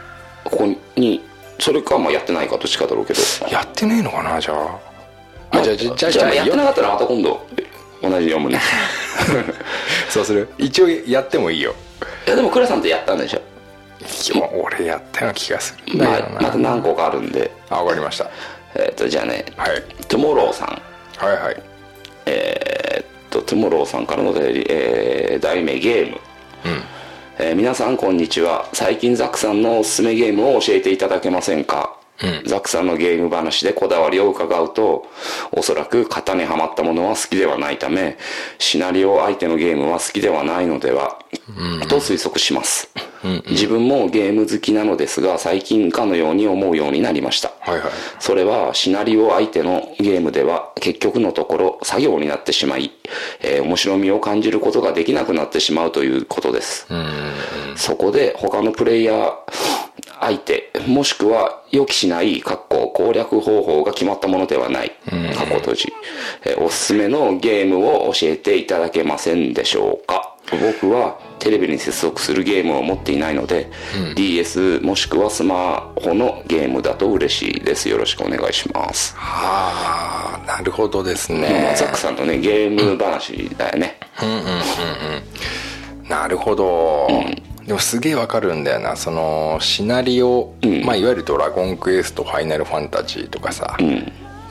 ここにそれかまあやってないかどっちかだろうけど
やってねえのかなじゃああじゃあじゃあじゃあ
じゃあやってな
よ
かったらまた今度同じ
*laughs*
読むね
そうする一応やってもいいよ
いやでもクラさんとやったんでしょ
いや俺やったような気がするんだ
ま
け
あ
どな、
また何個かあるんで
あわかりました
えっ、とじゃあね、
はい
トゥモローさん
はいはい
えーっとトゥモローさんからのお便り、えー題名ゲーム、えー皆さんこんにちは最近ザックさんのおすすめゲームを教えていただけませんかザックさんのゲーム話でこだわりを伺うと、おそらく型にはまったものは好きではないため、シナリオ相手のゲームは好きではないのでは、と推測します。自分もゲーム好きなのですが、最近かのように思うようになりました。
はいはい
それはシナリオ相手のゲームでは結局のところ作業になってしまい、えー面白みを感じることができなくなってしまうということです。そこで他のプレイヤー相手、もしくは予期しない、かっこ攻略方法が決まったものではない、かっこ閉じ、えーおすすめのゲームを教えていただけませんでしょうか僕はテレビに接続するゲームを持っていないので、DS もしくはスマホのゲームだと嬉しいですよろしくお願いします、
ああなるほどです
ま
ね
あザックさんのねゲーム話だよね、
なるほど、でもすげえわかるんだよなそのシナリオ、まあ、いわゆる「ドラゴンクエスト」「ファイナルファンタジー」とかさ、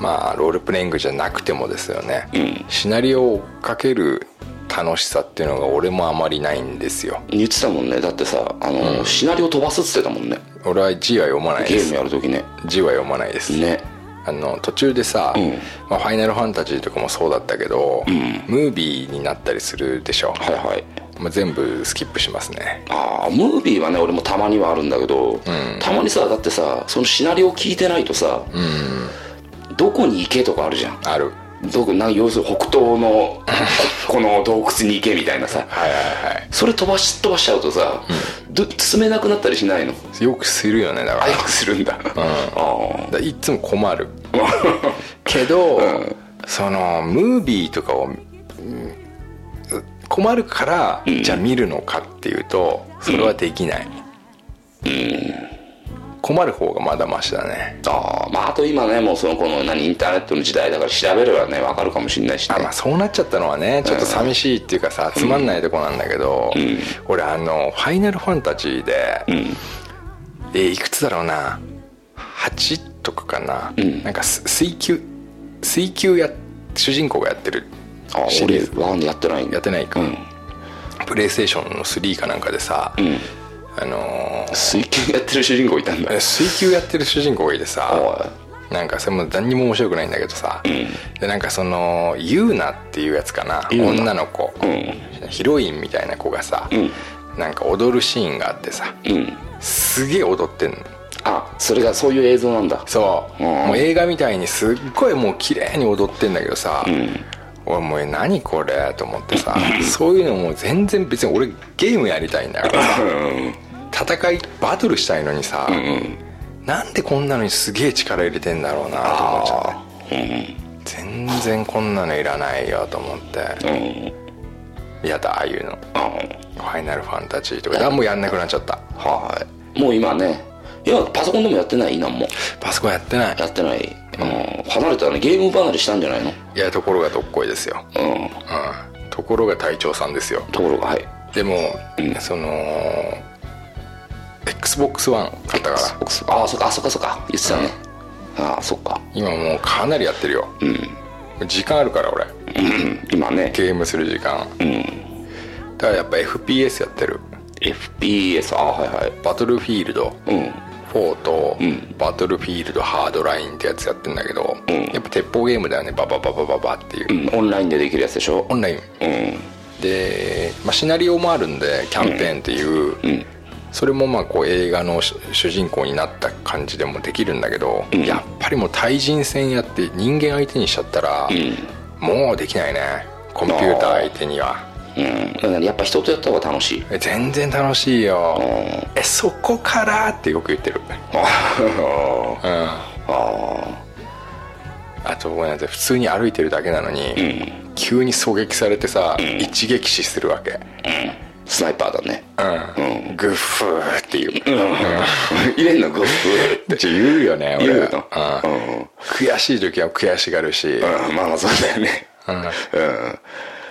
まあロールプレイングじゃなくてもですよね、シナリオを追っかける楽しさっていうのが俺もあまりないんですよ
言ってたもんねだってさあの、シナリオ飛ばすっつってたもんね
俺は字は読まない
ゲ
で
ーム
す
やるときね
字は読まないです
ね
あの途中でさ「まあ、ファイナルファンタジー」とかもそうだったけど、ムービーになったりするでしょ、
はいはい
まあ、全部スキップしますね
ああムービーはね俺もたまにはあるんだけど、たまにさだってさそのシナリオ聞いてないとさ、どこに行けとかあるじゃん
ある
どこな要するに北東の
*laughs*
この洞窟に行けみたいなさ
はいはいはい
それ飛ばし飛ばしちゃうとさ、ど進めなくなったりしないの
よくするよねだから
早くするんだ、 *laughs* ああ
だからいっつも困るけど、そのムービーとかをうん困るから、じゃあ見るのかっていうとそれはできない、困る方がまだマシだね
ああまああと今ねもうそのこの何インターネットの時代だから調べればね分かるかもしれないし、ね、
あまあそうなっちゃったのはねちょっと寂しいっていうかさ、つまんないとこなんだけど、俺あの「ファイナルファンタジーで」えーいくつだろうな8とかかな、なんかす水球水球や主人公がやってる
あ
シリ
俺
ーズ
わかんないやってないんだ
やってないか、
うん
プレイステーションの3かなんかでさ、あのー
水球やってる主人公いたんだ
え水球やってる主人公がいて
お
さなんかそれも何にも面白くないんだけどさ、でなんかそのユーナっていうやつかな
ユーナ
女の子、
う
ヒロインみたいな子がさ、なんか踊るシーンがあってさ
いうん
すげえ踊ってんの
あそれがそういう映像なんだ
そう、
うん
もう映画みたいにすっごいもう綺麗に踊ってんだけどさ、俺もう何これと思ってさそういうのもう全然別に俺ゲームやりたいんだからさ戦いバトルしたいのにさ、なんでこんなのにすげえ力入れてんだろうなと思っちゃって、全然こんなのいらないよと思って
うん
やだああいうの「
あ
ファイナルファンタジー」とか何もやんなくなっちゃった
はいもう今ねいやパソコンでもやってないなんも
パソコンやってない
やってない、うん、離れたねゲーム離れしたんじゃないの
いやところがどっこいですよ、
うん
うん、ところが隊長さんですよ
ところがはい
でも、その XBOX1 買ったから
Xbox ああそっかあそっかそっか言ってたね、ああそっか
今もうかなりやってるよ、時間あるから俺
うん今ね
ゲームする時間、だからやっぱ FPS やってる
FPS ああはいはい
バトルフィールド
うん
4と、バトルフィールドハードラインってやつやってんだけど、やっぱ鉄砲ゲームだよねババババババっていう、
うん、オンラインでできるやつでしょ
オンライン
うん
で、まあ、シナリオもあるんでキャンペーンっていう、それもまあこう映画の主主人公になった感じでもできるんだけど、やっぱりもう対人戦やって人間相手にしちゃったら、もうできないねコンピューター相手には
うんだからやっぱ人とやった方が楽しい
え全然楽しいよ、
ん
えそこからってよく言ってる、うん、
あ
あ
ああ
とごめんなさい普通に歩いてるだけなのに、急に狙撃されてさ、一撃死するわけ
スナイパーだね *laughs*
うん、グッフーっていう、
入れんのグッフ
って言うよね俺
言うの
うん悔しい時は悔しがるし、
うんまあまあそうだよね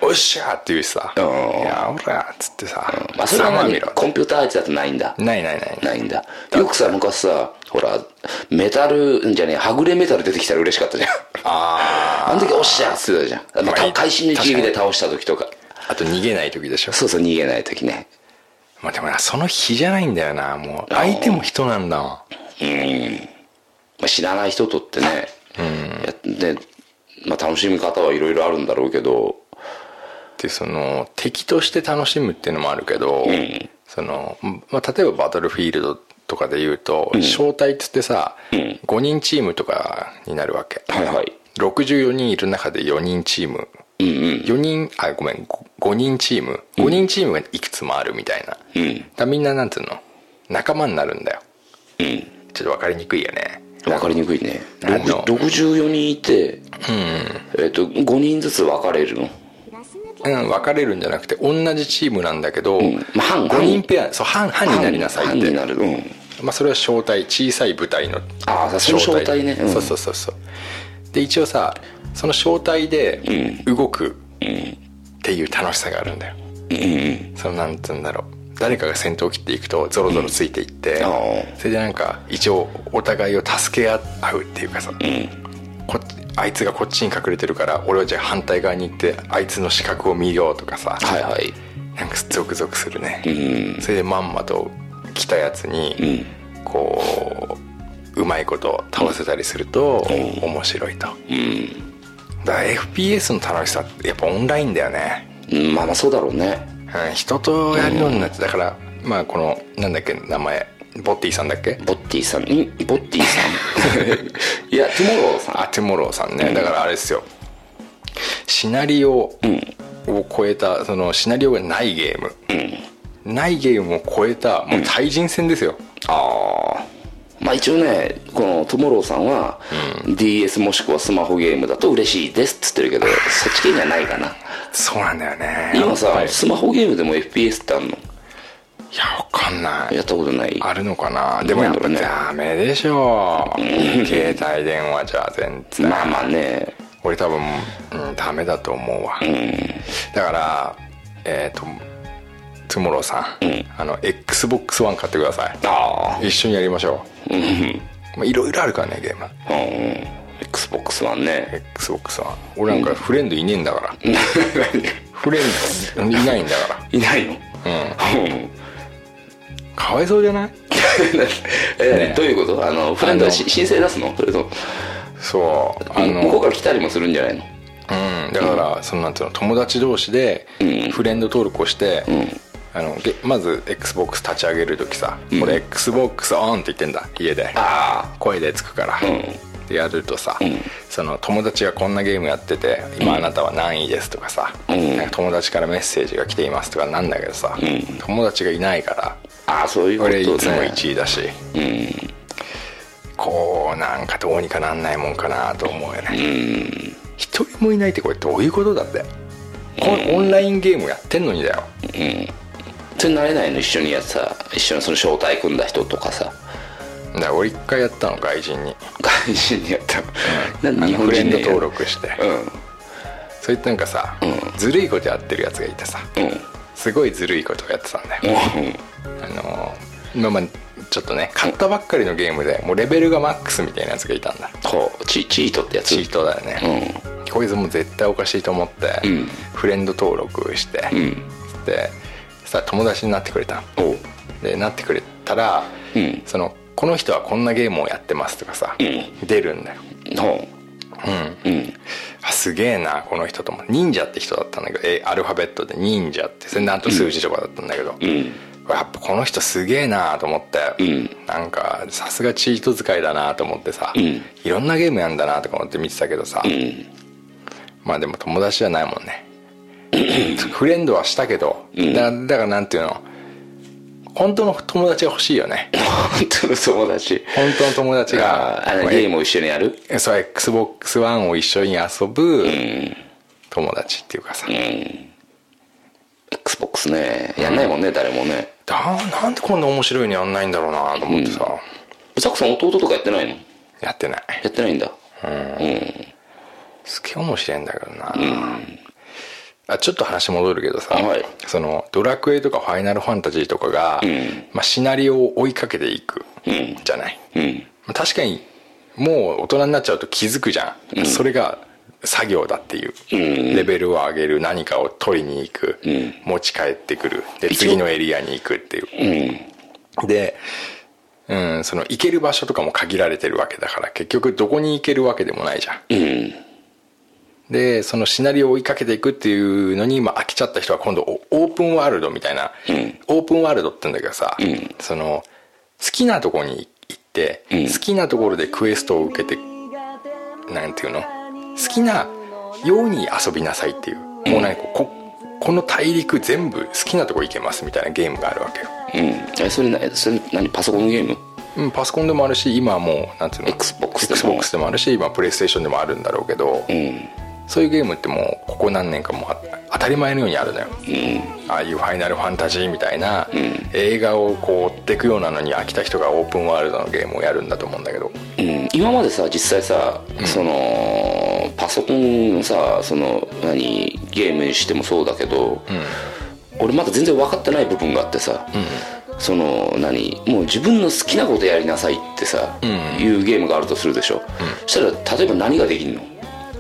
おっしゃーって言うしさ「
ん
いやおら」っつってさ「
まあそれは
ざまみ
何
ろ
コンピューター相手だとないんだ
ないないない
ないんだよくさ昔さほらメタルんじゃねえはぐれメタル出てきたら嬉しかったじゃん
あ
あの時おっしゃーっつってたじゃん、まあ
まあ
た、会心の一撃で倒した時とか
ーあと逃げない時でしょ、
そうそう逃げない時ね
まあ、でもなその日じゃないんだよなもう相手も人なんだわ
まあ、知らない人とってね、やで、まあ、楽しみ方はいろいろあるんだろうけど
でその敵として楽しむっていうのもあるけど、
ん
そのまあ、例えばバトルフィールドとかで言うと、招待っつってさ、
ん
5人チームとかになるわけ、
はいはい
64人いる中で4人チーム、
うんうん
4人あごめん5人チーム5人チームがいくつもあるみたいな、
う
だか
ん
らみんななんていうの仲間になるんだよ
うん
ちょっと分かりにくいよね
分かりにくいね
なんだ
ろく64人いて、えっと5人ずつ分かれるの
うん分かれるんじゃなくて同じチームなんだけど、
んまあ半
5人ペアそう半半になりなさい
班
っ
に
て
なるうん
まあ、それは小隊小さい部隊の
ああその小隊ねうん
そうそうそうそうで一応さその小隊で動くっていう楽しさがあるんだよ、そのなんつうんだろう誰かが先頭を切っていくとゾロゾロついていって、
ああ
それでなんか一応お互いを助け合うっていうかさ、こっちあいつがこっちに隠れてるから俺はじゃあ反対側に行ってあいつの死角を見ようとかさ、
はいはい
なんかゾクゾクするね、
ん
それでまんまと来たやつに、こううまいこと倒せたりすると面白いと、だから FPS の楽しさってやっぱオンラインだよね、
うんまあまあそうだろうね
うん、人とやるようになってだからまあこのなんだっけ名前ボッティさんだっけ
ボッティさんんボッティさん *laughs* いやトゥモローさん
あテモローさんね、
うん
だからあれですよシナリオを超えたそのシナリオがないゲーム、ないゲームを超えたもう対人戦ですよ、
ああまあ一応ねこのトゥモローさんは、DS もしくはスマホゲームだと嬉しいですっつってるけどそっち系じゃないかな
そうなんだよね
今さ、
はい
スマホゲームでも FPS ってあんの
いやわかんない
やったことない
あるのかなでもやっぱダメでしょ携帯電話じゃ全然
まあまあね
俺多分、うん、ダメだと思うわ、だからえっ、とトゥモローさん、あの XBOX1 買ってくださ
あ
い一緒にやりましょ
あうんうん
うまあいろいろあるからねゲーム
XBOX はね
XBOX1 俺なんかフレンドいねえんだから、フレンドいないんだか
*laughs*
ら
いないのうん、
かわいそうじゃない
えどういうことあのフレンドはし
あの
申請出すのそれと
そうあの
向こうから来たりもするんじゃないの
うん、だから、そのなんていうの友達同士で
うん
フレンド登録をして、
ん
あのげまず XBOX 立ち上げる時さ「これ XBOX オン!」って言ってんだ家で
あ
声でつくから、
うん
でやるとさ、
ん
その友達がこんなゲームやってて「今あなたは何位です」とかさ、
うん
なんか友達からメッセージが来ていますとかなんだけどさ、
ん
友達がいないから
あああそういうことね
俺いつも1位だし、
うん
こうなんかどうにかなんないもんかなと思うよね一人もいないってこれどういうことだってこオンラインゲームやってんのにだよ
それ慣れないの一緒にやってさ一緒にその招待組んだ人とかさ
だから俺一回やったの外人に
外人にやったの、
あ
なんで
の
日本
フレ
人
ン
で
ド
やる
登録してそいつなんかさ、ずるいことやってるやつがいてさ
うん
すごいずるいことをやってたんだよ、
うんうん
あのまあまあちょっとね買ったばっかりのゲームでもうレベルがマックスみたいなやつがいたんだ
こうチチートってやつ
チートだよね、こいつもう絶対おかしいと思って、
うん
フレンド登録して、
うん
でさ友達になってくれた
おう
でなってくれたら、
うん
そのこの人はこんなゲームをやってますとかさ、
う
出るんだよ
ほううん
あすげえなこの人とも忍者って人だったんだけどえアルファベットで忍者ってそれなんと数字とかだったんだけど、
うん
やっぱこの人すげえなと思って、
うん
なんかさすがチート使いだなと思ってさ、
ん
いろんなゲームやんだなとか思って見てたけどさ、
うん
まあでも友達じゃないもんね *clears throat* フレンドはしたけど、だだからなんていうの本当の友達が欲しいよね
本当の友達
本当の友達
あ
が
ーあのゲームを一緒にやる
ムそう XBOX1 を一緒に遊ぶ友達っていうかさ、
XBOX ねやんないもんね、誰もね
だなんでこんな面白いのやんないんだろうなと思ってさ、
うさくさん弟とかやってないの
やってない
やってないんだ
すげえ面白いんだけどな、あちょっと話戻るけどさ、
はい
そのドラクエとかファイナルファンタジーとかが、
ん
まあ、シナリオを追いかけていくじゃない、
うん
まあ確かにもう大人になっちゃうと気づくじゃん、それが作業だっていう、レベルを上げる何かを取りに行く、持ち帰ってくるで
一応
次のエリアに行くっていう、でうん、その行ける場所とかも限られてるわけだから結局どこに行けるわけでもないじゃん
うん
でそのシナリオを追いかけていくっていうのに、まあ、飽きちゃった人は今度おオープンワールドみたいな、
うん
オープンワールドって言うんだけどさ、
ん
その好きなとこに行って、
うん
好きなところでクエストを受けてなんていうの好きなように遊びなさいっていう、もうなんかここの大陸全部好きなとこ行けますみたいなゲームがあるわけよ、
うんえそれなそれ何パソコンのゲーム
うん、パソコンでもあるし今はもうなんていうの
Xbox でも
Xbox でもあるし今プレイステーションでもあるんだろうけど、
うん
そういうゲームってもうここ何年かもうあ当たり前のようにあるのよ
うん
ああいう「ファイナルファンタジー」みたいな、
ん
映画をこう追っていくようなのに飽きた人がオープンワールドのゲームをやるんだと思うんだけど
うん、今までさ実際さ、そのパソコンのさその何ゲームにしてもそうだけど、俺まだ全然分かってない部分があってさ、その何もう自分の好きなことやりなさいってさ、いうゲームがあるとするでしょ、そしたら例えば何ができるの *laughs*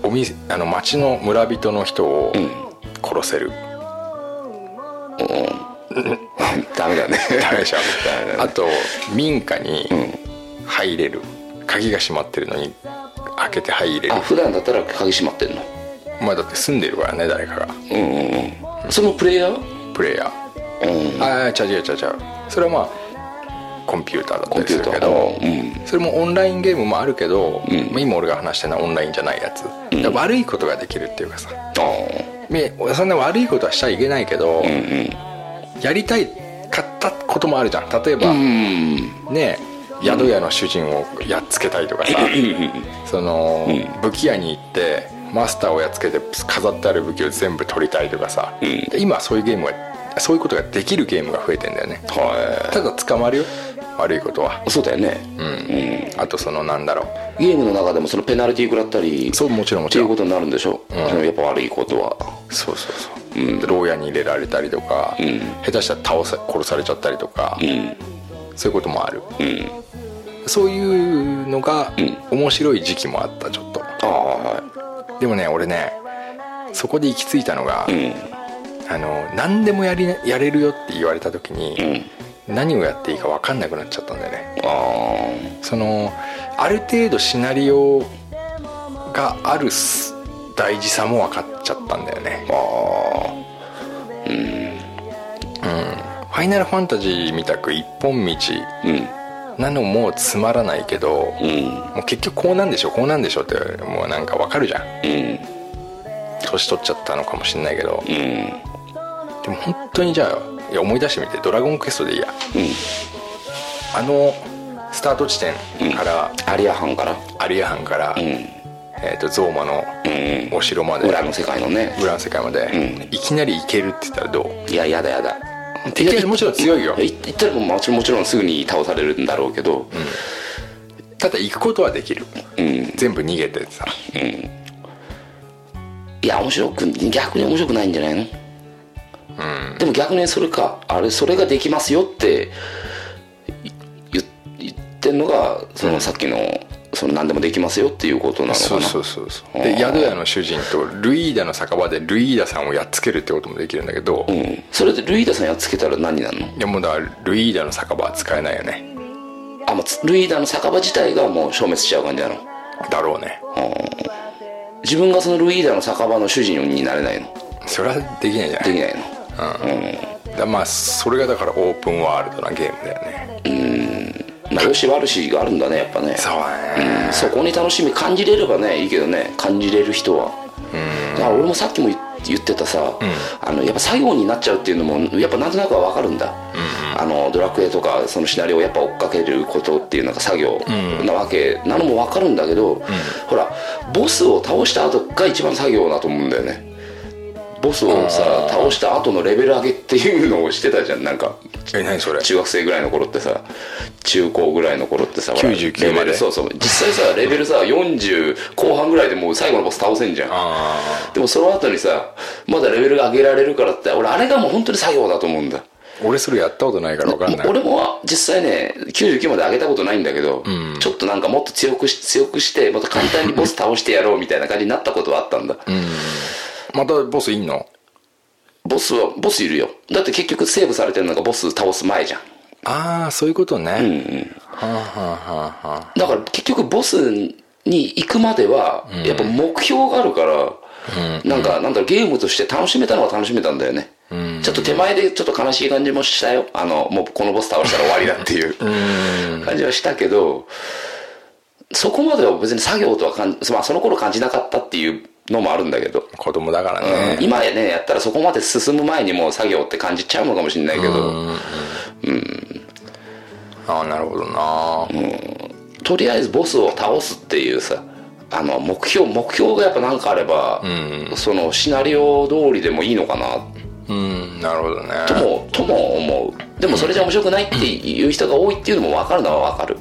お店あの町の村人の人を
ん *laughs*
殺せる、
ダメだ *laughs* ね
ダメでしょ
ダメだね
あと民家に入れる、鍵が閉まってるのに開けて入れる
あ普段だったら鍵閉まってんの
まあだって住んでるからね誰かが
うんうんうんそのプレイヤー
プレイヤー
うん
ああ違う違う違う違うそれはまあコンピューターだったりするけ
コ
ど
ン、ピューター
それもオンラインゲームもあるけど、
うん
まあ今俺が話してるのはオンラインじゃないやつ、だから悪いことができるっていうかさ
ああ
ねそんな悪いことはしちゃいけないけど、
うんうん
やりたいかったこともあるじゃん例えば、
うん
ね宿屋の主人をやっつけたいとかさ、その、武器屋に行ってマスターをやっつけて飾ってある武器を全部取りたいとかさ、
ん
で今そういうゲームがそういうことができるゲームが増えてんだよね
は
ただ捕まるよ悪いことはい
そうだよね、
あとそのなんだろ
ゲームの中でもそのペナルティー食らったり
うそうもちろんも
って
ち
い
ろ
うんことになるんでしょう、でもやっぱ悪いことは
そうそうそう、牢屋に入れられたりとか、
ん
下手したら倒さ殺されちゃったりとか、
うん
そういうこともある
うん
そういうのが面白い時期もあったちょっと
ああは
でもね俺ねそこで行き着いたのが、
いうん
あの何でもやりやれるよって言われた時
う
に、
ん
何をやっていいか分かんなくなっちゃったんだよね
ああ
そのある程度シナリオがあるす大事さも分かっちゃったんだよね
ああ
「ファイナルファンタジー」みたく一本道
うん
なのもつまらないけど、
うん
もう結局こうなんでしょこうなんでしょってもうなんか分かるじゃん
うん
年取っちゃったのかもしんないけど
うん
でも本当にじゃあいや思い出してみて「ドラゴンクエスト」でいいやあのスタート地点から、
アリアハンから
有アハンから、
うん
えー、とゾーマの
うん
お城まで、
裏の世界のね
裏の世界まで、
う
いきなり行けるって言ったらどう
いややだやだ
敵はもちろん強いよ
い言ったらもちろんもちろんすぐに倒されるんだろうけど
ただ行くことはできる
うん、
全部逃げてさ
いや面白く逆に面白くないんじゃないの、でも逆にそれかあれそれができますよってい言言ってんのがそのさっきの,、その何でもできますよっていうことなのかな
そうそうそうそう
あ
で
ー
宿屋の主人とルイーダの酒場でルイーダさんをやっつけるってこともできるんだけど、
う
い
ん、それでルイーダさんやっつけたら何になるの
やもうだからルイーダの酒場は使えないよね
あもうつルイーダの酒場自体がもう消滅しちゃう感じなの
だろうね
自分がそのルイーダの酒場の主人になれないの
それはできないじゃな
で
い
きないの
だからまあそれがだからオープンワールドなゲームだよね
まあよし悪しがあるんだねやっぱね
そうだね
そこに楽しみ感じれればねいいけどね感じれる人はだから俺もさっきも言言ってたさ、あのやっぱ最後になっちゃうっていうのもやっぱなんとなくは分かるんだ、あのドラクエとかそのシナリオをやっぱ追っかけることっていうなんか作業なわけなのも分かるんだけど、ほらボスを倒した後が一番作業だと思うんだよねボスをさ倒した後のレベル上げっていうのをしてたじゃんなんか
え何それ
中学生ぐらいの頃ってさ中高ぐらいの頃ってさレ
99
ベル
まで
そうそう実際さレベルさ40後半ぐらいでもう最後のボス倒せんじゃん
あ
でもその後にさまだレベルが上げられるからって俺あれがもう本当に作業だと思うんだ
あ俺それやったことないから分かんない
俺も実際ね99まで上げたことないんだけど、ちょっとなんかもっと強くし強くしてまた簡単にボス倒してやろうみたいな感じになったことはあったんだ、
またボスいんの
ボスはボスいるよだって結局セーブされてるのがボス倒す前じゃん
ああそういうことね、
うんうん
はあ、はあはあは
だから結局ボスに行くまではやっぱ目標があるから、なんかなんだろうゲームとして楽しめたのは楽しめたんだよね、ちょっと手前でちょっと悲しい感じもしたよあのもうこのボス倒したら終わりだっていう感じはしたけどそこまでは別に作業とは感じ、まあ、その頃感じなかったっていうのもあるんだけど、
あ子供だから
うん
ね、
今やねやったらそこまで進む前にもう作業って感じちゃうのかもしれないけど、
ああなるほどな、
とりあえずボスを倒すっていうさあの目標目標がやっぱ何かあれば、そのシナリオ通りでもいいのかな
うんなるほどね
とも,、とも思うでもそれじゃ面白くないっていう人が多いっていうのも分かるのは分かる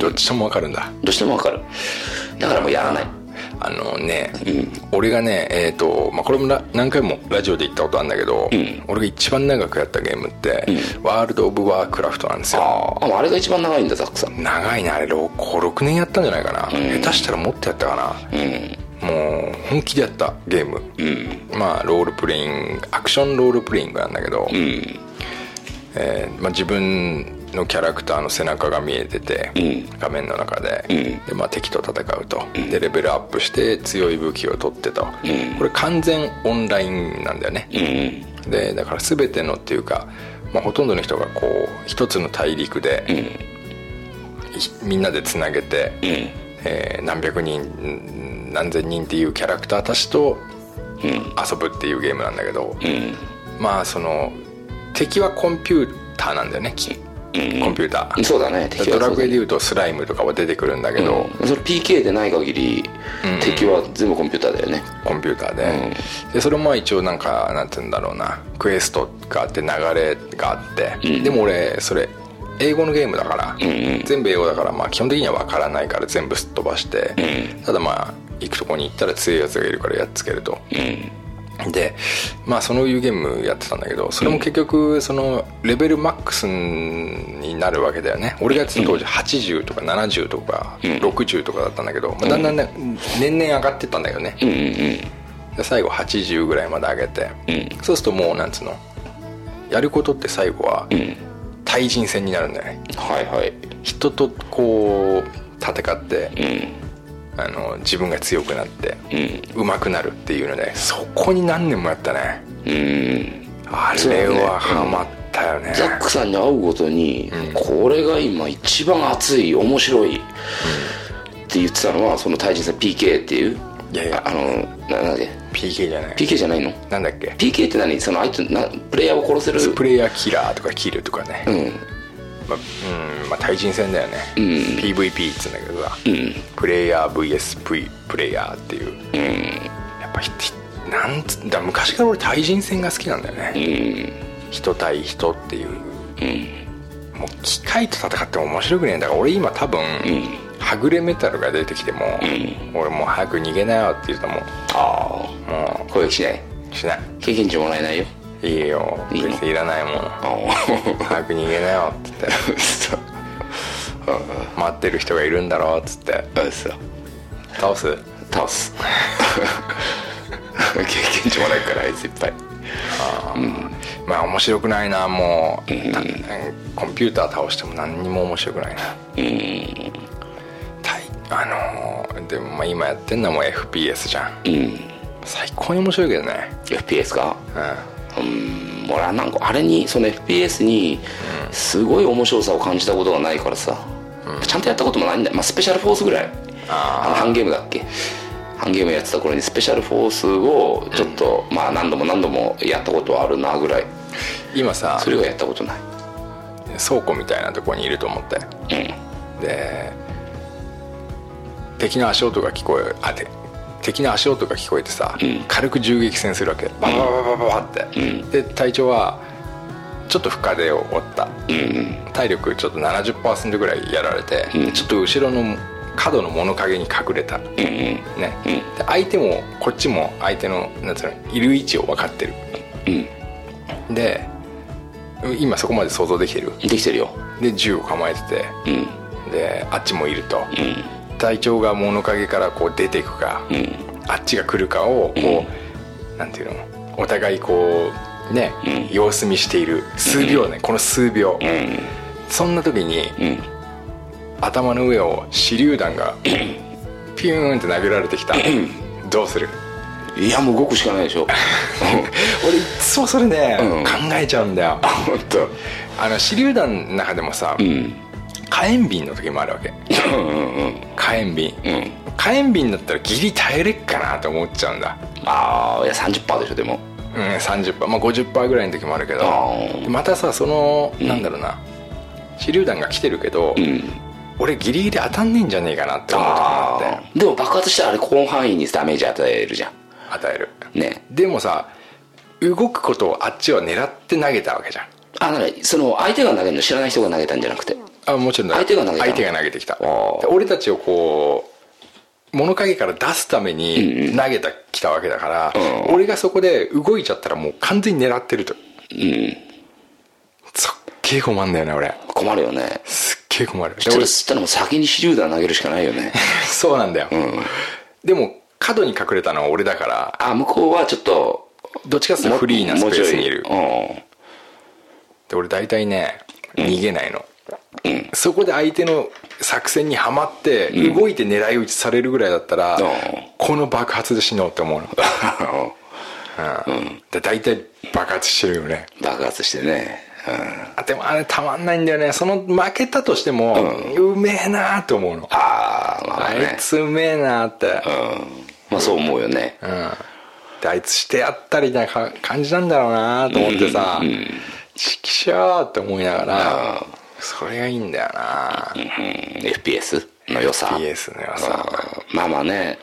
どっちともわかるんだ
どうしても分かるだからもうやらない
あのね、俺がねえっ、と、まあ、これもラ何回もラジオで言ったことあるんだけど、俺が一番長くやったゲームって、ワールド・オブ・ワークラフトなんですよ
あああれが一番長いんだザックさん
長いなあれ56年やったんじゃないかな、下手したらもっとやったかな、
うん
もう本気でやったゲーム、まあロールプレイングアクションロールプレイングなんだけど、
うん
えーまあ、自分のキャラクターの背中が見えてて、
う
画面の中で,、
ん
でまあ、敵と戦うと、でレベルアップして強い武器を取ってと、これ完全オンラインなんだよね、
うん
でだから全てのっていうか、まあ、ほとんどの人がこう一つの大陸で、ひみんなでつなげて、
うん
えー何百人うん何千人っていうキャラクターたちと遊ぶっていうゲームなんだけど、
うん
まあその敵はコンピューターなんだよねきコンピューター、
そうだね敵
ド
は
ラ
そう
ク
だ
エで
ね
いうとスライムとかは出てくるんだけど、
うんそれ PK でない限り、敵は全部コンピューターだよね
コンピューターで,、でそれも一応なんかなんて言うんだろうなクエストがあって流れがあって、でも俺それ英語のゲームだから、全部英語だから、まあ、基本的には分からないから全部すっ飛ばして、ただまあ行くとこに行ったら強いやつがいるからやっつけると、でまあそういうゲームやってたんだけどそれも結局そのレベルマックスになるわけだよね俺がやってた当時80とか70とか60とかだったんだけど、まあ、だんだんね年々上がってったんだよね、
うんうん
で最後80ぐらいまで上げて、
う
そうするともうなんつうのやることって最後は
うんうん
対人戦になるんだよね
はいはい
人とこう戦って
うん
あの自分が強くなって
うん
上手くなるっていうのでそこに何年もやったね
うん
あ
そうだね
れはハマったよね
ザックさんに会うごとに、これが今一番熱い面白い、って言ってたのはその対人戦 PK っていう
いやいや
ああのななんだっけ
PK じゃない
PK じゃないの
なんだっけ
PK って何その相手なプレイヤーを殺せる
プレイヤーキラーとかキルとかね、
うん
まあうんまあ、対人戦だよね、PVP っつうんだけどさ、
ん
プレイヤー VS プレプレイヤーっていう、やっぱひひなんつだ昔から俺対人戦が好きなんだよね、人対人っていう、もう機械と戦っても面白くねえんだから俺今多分、はぐれメタルが出てきても、俺もう早く逃げなよって言うとも
あ
うも
あ攻撃しないう
しない
経験値もらえないよ
いいよ
いい
別
の
にいらないもん
ああ *laughs*
早く逃げなよって言って
嘘
待ってる人がいるんだろうっつって
嘘
倒す
倒す経験値もらえるからあいついっぱい
まあ面白くないなもう、なコンピューター倒しても何にも面白くないなたいあのーでもまあ今やってんのはもう FPS じゃん
うん
最高に面白いけどね
FPS か
う
うん俺はなんかあれにその FPS にすごい面白さを感じたことがないからさ、ちゃんとやったこともないんだよ、まあ、スペシャルフォースぐらいあのハンゲームだっけハンゲームやってた頃にスペシャルフォースをちょっと、まあ何度も何度もやったことはあるなぐらい
ん今さ
それはやったことない
倉庫みたいなとこにいると思って
う
で敵の足音が聞こえあて敵の足音が聞こえてさ、軽く銃撃戦するわけバババババババって、で隊長はちょっと深手を負った、体力ちょっと70%ぐらいやられて、ちょっと後ろの角の物陰に隠れた、
んうんうん
ねで相手もこっちも相手のなんつうのいる位置を分かってる、で今そこまで想像できてる
できてるよ
で銃を構えてて
うん
であっちもいると、
うん
隊長が物陰からこう出ていくか、
うん
あっちが来るかをこう、なんていうのお互いこうね、様子見している数秒ね、この数秒、そんな時に、
ん
頭の上を手榴弾
*coughs*
が、ピューンって投げられてきた、どうする
いやもう動くしかないでしょ
俺いっつもそれね、
うん
考えちゃうんだよ
本当
あの手榴弾の中でもさ、
うん
火炎瓶の時もあるわけ
うんうんうん
火炎瓶、
うん
火炎瓶だったらギリ耐えれっかなと思っちゃうんだ
ああいや30%でしょでも
うん30%まあ50%ぐらいの時もあるけど
あー
またさその、なんだろうな手榴弾が来てるけど、
うん
俺ギリギリ当たんねえんじゃねえかなって思う時もあ
あ
って
あでも爆発したらあれ広範囲にダメージ与えるじゃん
与える
ね
でもさ動くことをあっちは狙って投げたわけじゃん
あなんかその相手が投げるの知らない人が投げたんじゃなくて
あもちろんだ
相手が投げたの
相手が投げてきた
ー
で俺たちをこう物陰から出すために投げた、きたわけだから、
うん
俺がそこで動いちゃったらもう完全に狙ってると
うん
すっげえ困んだよね俺
困るよね
すっげえ困るで
そ
俺
れ吸ったらもう先に手榴弾投げるしかないよ
*laughs*
ね
そうなんだよ、
ん
でも角に隠れたのは俺だから
あ向こうはちょっと
どっちかっていう
も
とフリーなスペースにいる
もうちょうん *laughs*
で俺大体ね逃げないの、そこで相手の作戦にはまって動いて狙い撃ちされるぐらいだったら、
うん
この爆発で死のうって思うの、うんで大体爆発してるよね
爆発してね、うん、
あでもあれたまんないんだよねその負けたとしても、うめえなーって思うのあ
ああまあ
い
ね
つうめえなーって、
うんまあそう思うよね、
であいつしてやったりなか感じなんだろうなと思ってさ「ちきしょう」って思いながらそれがいいんだよな
うん、FPS の良さ
PS の良さ
うんまあまあね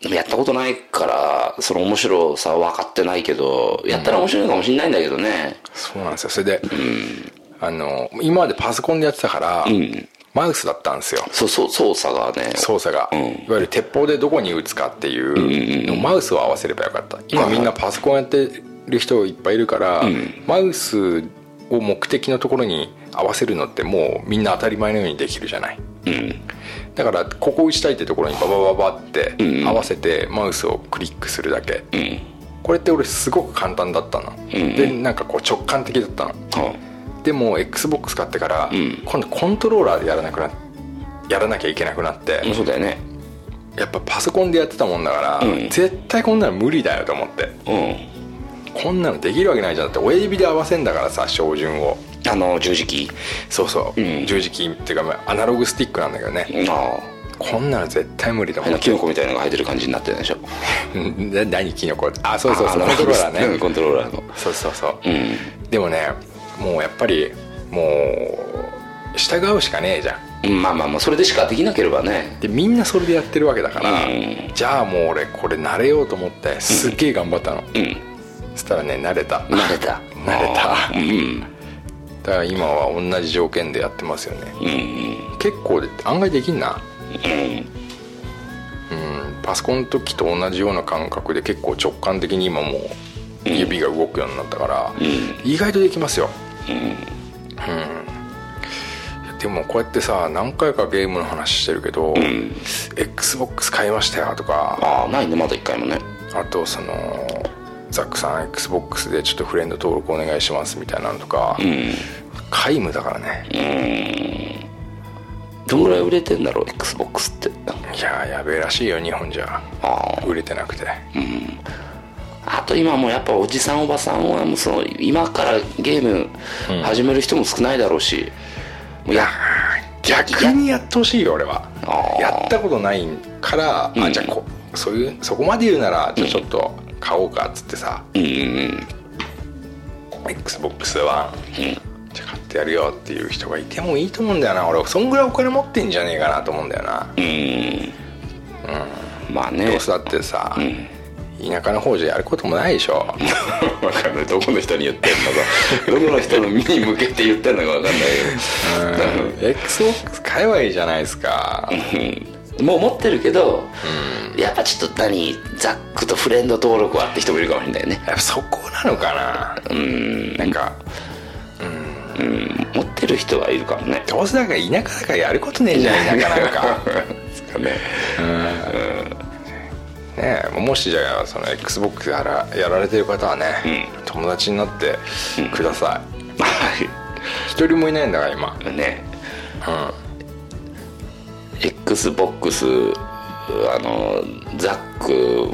でもやったことないからその面白さは分かってないけどやったら面白いかもしれないんだけどね
そうなんですよそれであの今までパソコンでやってたからマウスだったんですよ
そうそう操作がね
操作がいわゆる鉄砲でどこに打つかっていうのをマウスを合わせればよかった今みんなパソコンやってる人いっぱいいるからマウスを目的のところに合わせるのってもうみんな当たり前のようにできるじゃない
うん
だからここ打ちたいってところにバババババって合わせてマウスをクリックするだけ、
うん
これって俺すごく簡単だったの、でなんかこう直感的だったの
は
でも XBOX 買ってから、
ん
今度コントローラーでやらなくなやらなきゃいけなくなって、
あそうだよね
やっぱパソコンでやってたもんだから、
うん
絶対こんなの無理だよと思って
うん
こんなのできるわけないじゃんだって親指で合わせんだからさ照準を
あの十字キー
そうそう、
うん
十字キーっていうかまあアナログスティックなんだけどね、
あ
こんなの絶対無理
あ
だも
変
ん
なキノコみたいなのが入ってる感じになってるでしょ
うん *laughs* な何キノコあそうそうそう
あ
コントローラー
うん
ね
コントローラーの
そうそうそうう、
ん
でもねもうやっぱりもう従うしかねえじゃん
うんまあまあまあそれでしかできなければね
でみんなそれでやってるわけだから、
うん
じゃあもう俺これ慣れようと思ってすっげえ頑張ったの、
うん
そしたらね慣れただ
慣れた
慣れた
うん
から今は同じ条件でやってますよね
うんうん
結構で案外できんな
うん
うんパソコンの時と同じような感覚で結構直感的に今もう指が動くようになったから、意外とできますようん、でもこうやってさ何回かゲームの話してるけど、XBOX 買いましたよとか
ああないねまだ一回もね
あとそのザックさん XBOX でちょっとフレンド登録お願いしますみたいなのとか、
うん
皆無だからね
どんぐらい売れてんだろう XBOX って
いやーやべえらしいよ日本じゃ
あー
売れてなくて
あと今もうやっぱおじさんおばさんはもうその今からゲーム始める人も少ないだろうし、もうや
逆にやってほしいよ俺は
あー
やったことないからあじゃあこそういうそこまで言うならじゃあちょっと買おうかっつってさ
うんうん、
XBOX はじゃあ買ってやるよっていう人がいてもいいと思うんだよな俺そんぐらいお金持ってんじゃねえかなと思うんだよな
うん、まあね
どうせだってさ田舎の方じゃやることもないで
*laughs*
しょ
分かんないどこの人に言って
*laughs*
んのかどこの人の身に向けて言ってんのか分かんない
XBOX 買えばいいじゃないですか
けどもう持ってるけど、やっぱちょっと何ザックとフレンド登録はって人もいるかもしれないね
やっぱそこなのかななんか
持ってる人はいるかもね
どうせだから田
*laughs*
舎だからやることねえじゃん田舎なんか
ですかね
ねえもしじゃあその XBOX やらやられてる方はね、友達になってください
は
一人もいないんだから今
いね
うん、
XBOX あのザック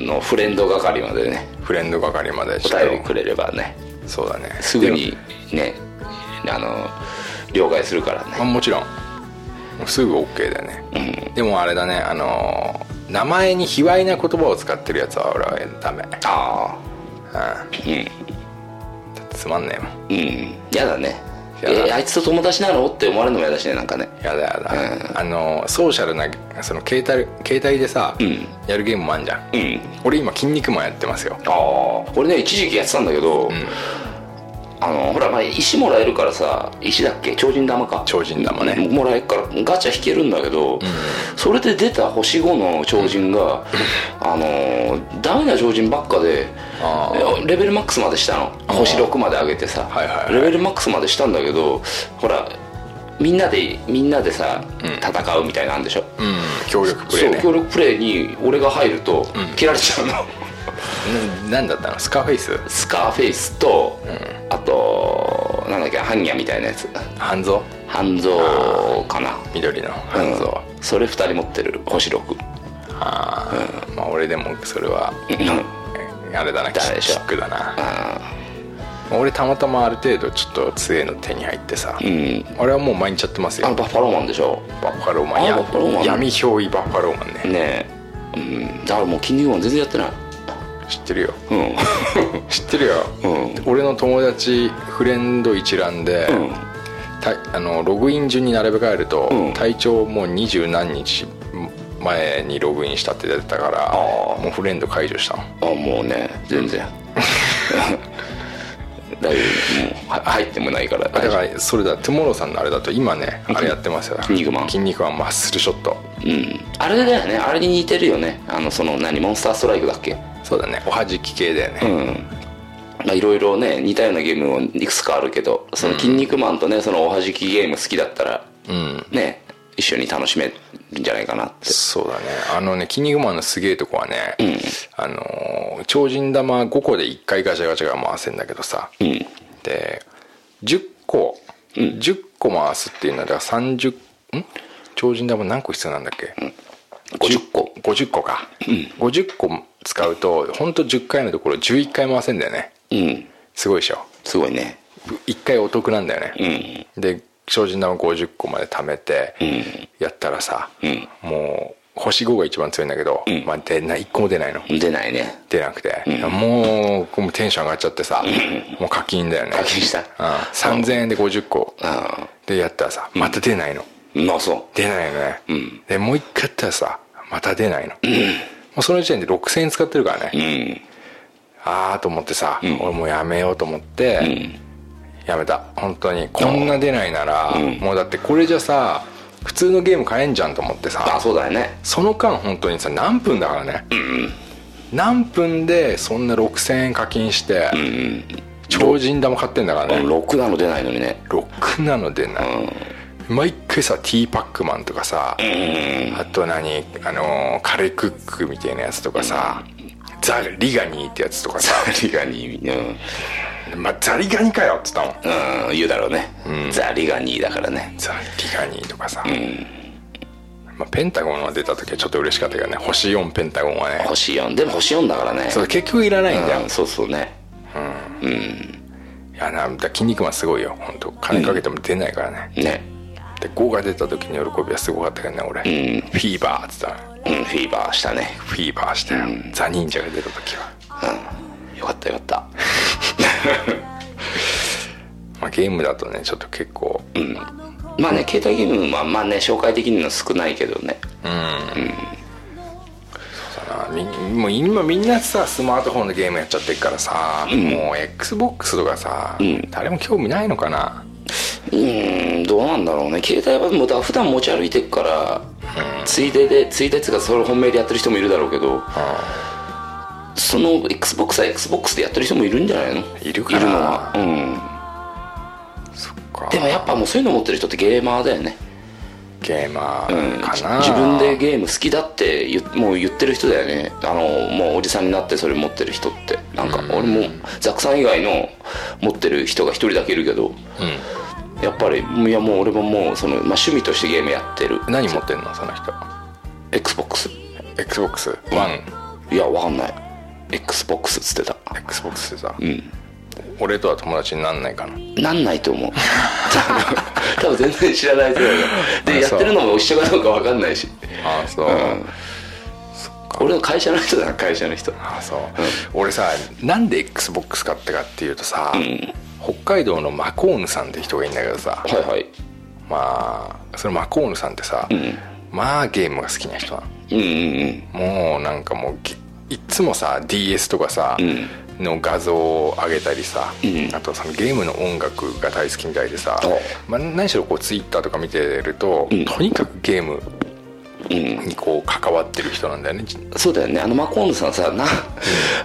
のフレンド係までね
フレンド係まで
お
ろ
便りくれればね
そうだね
すぐ
で
にねあの了解するから
もあ
ね
もちろんもうすぐ OK だよね、でもあれだねあのー名前に卑猥な言葉を使ってるやつは俺はダメ、う
ああ
ん、だってつまんねえもん
うんやだね
やだ
えあいつと友達なのって思われるのもやだしねなんかね
やだやだ、あのーソーシャルなその携帯携帯でさ、
ん
やるゲームもあんじゃん、
うん
俺今「筋肉マン」やってますよ
ああ俺ね一時期やってたんだけど、あのほら前石もらえるからさ石だっけ超人玉か
超人玉ね
もらえるからガチャ引けるんだけど、それで出た星5の超人が、あのダメな超人ばっかで
あ
レベルマックスまでしたの星6まで上げてさ、
はいはいはい
レベルマックスまでしたんだけどほらみんなでみんなでさ、戦うみたいなんでしょ、
うん協力プレイ
そう
ね
協力プレイに俺が入ると切られちゃうの、
ななんだったのスカーフェイス
スカーフェイスと、あとなんだっけハンニャみたいなやつ
半蔵
半蔵かな
緑の半蔵、
うんそれ2人持ってる星6
ああ、まあ俺でもそれはあれだなキ
ダメでしょ
ックだな俺たまたまある程度ちょっと強いの手に入ってさ、
ん
俺はもう毎日やってます
あの
よ
バッファローマンでしょ
バッファローマン
あ
や
バッファローマン
闇憑依バッファローマンね
ねえ、うん、だからもう筋肉マン全然やってない
知ってるよ
うん
*laughs* 知ってるよ、
うん
俺の友達フレンド一覧で、
うん
たあのログイン順に並べ替えると、
うん
体調もう二十何日前にログインしたって出てたから
あー
もうフレンド解除したの
あもうね全
*laughs*
然だいぶもうは入ってもないから
あ
大
だ
丈
か
夫
らそれだトゥモローさんのあれだと今ねあれやってますよ
筋肉マン
筋肉マンマッスルショット
うんあれだよねあれに似てるよねあのその何モンスターストライクだっけ
そうだねおはじき系だよ
う
ね、
んまあいろいろね似たようなゲームもいくつかあるけどその「筋肉マン」とねそのおはじきゲーム好きだったら、ね一緒に楽しめるんじゃないかなって
そうだねあのね筋肉マンのすげえとこはね、あのー超人玉5個で1回ガチャガチャが回せんだけどさ、
ん
で10個、10個回すっていうのはだから30ん超人玉何個必要なんだっけ、
50個
50個か、50個使うとほんと10回のところ11回回せんだよね
うん
すごいでしょ
すごいね
1回お得なんだよね、で精進玉50個まで貯めてやったらさ、もう星5が一番強いんだけど、まあ、出ない1個も出ないの
出ないね
出なくて、もうこうテンション上がっちゃってさ、もう課金だよね
課金した
うん、3000円で50個
あ
でやったらさまた出ないの、
あまあそ
出ないのね、でもう1回やったらさまた出ないの、もうその時点で6000円使ってるからね、
ううん
ああと思ってさ、俺もうやめようと思って、やめた本当にこんな出ないなら、もうだってこれじゃさ普通のゲーム買えんじゃんと思って
あ
さ
そうだよね
その間本当にさ何分だからね、何分でそんな6000円課金して、超人玉買ってんだからね、
6なの出ないのにね
ろくなの出ない、毎回さティーパックマンとかさ、あと何あのーカレークックみたいなやつとかさ、ザ・リガニーってやつとかさ
ザリガニうん、
まあ、ザリガニかよっつったもん
うん、言うだろうね、ザリガニだからね
ザリガニとかさ、まあ、ペンタゴンが出た時はちょっと嬉しかったけどね星4ペンタゴンはね
星4でも星4だからね
そう結局いらないんだよ、
うんそうそうね
いやなんだ筋肉マンすごいよ本当金かけても出ないからね、
ね
で5が出た時の喜びはすごかったけどね俺、フィーバーっつったの
うんフィーバーしたね
フィーバーしたよ、ザ・忍者が出た時は、
うんよかったよかった
まあ、ゲームだとねちょっと結構うん、
まあね携帯ゲームはまあね紹介できるの少ないけどね
だなみもう今みんなさスマートフォンでゲームやっちゃってるからさ、もう XBOX とかさ、誰も興味ないのかな
うーんどうなんだろうね携帯はもうだから普段持ち歩いてるから、ついででついでっつうかそれ本命でやってる人もいるだろうけど、その XBOX は XBOX でやってる人もいるんじゃないの
いるかない
のはうん
か
でもやっぱもうそういうの持ってる人ってゲーマーだよね
ゲーマ
うん
ーかな、
自分でゲーム好きだって言うもう言ってる人だよねあのもうおじさんになってそれ持ってる人ってなんか俺もザクさん以外の持ってる人が一人だけいるけど、やっぱりいやもう俺ももうその、まあ、趣味としてゲームやってる
何持ってんのその人
XBOX
XBOX1XBOX
いやわかんない XBOX っつってた
でさ、
うん
俺とは友達になんないかな
なんないと思う *laughs* 多分全然知らないと思うよ
あ
でやっ
そう
てるのも一緒かどうかわかんないし
ああそう、
うん俺の会社の人だな会社の人
ああそう、俺さなんで XBOX 買ったかっていうとさ、北海道のマコーヌさんって人がいいんだけどさ
はいはい
まあそのマコーヌさんってさ、まあゲームが好きな人なの
うんうんうん
もうなんかもうぎいっつもさ DS とかさ、の画像を上げたりさ、
うん
あとそのゲームの音楽が大好きみたいでさ
お、
まあ、何しろこうツイッターとか見てると、
うん
とにかくゲーム
うん、
にこう関わってる人なんだよね
そうだよねあのマコーンヌさんさな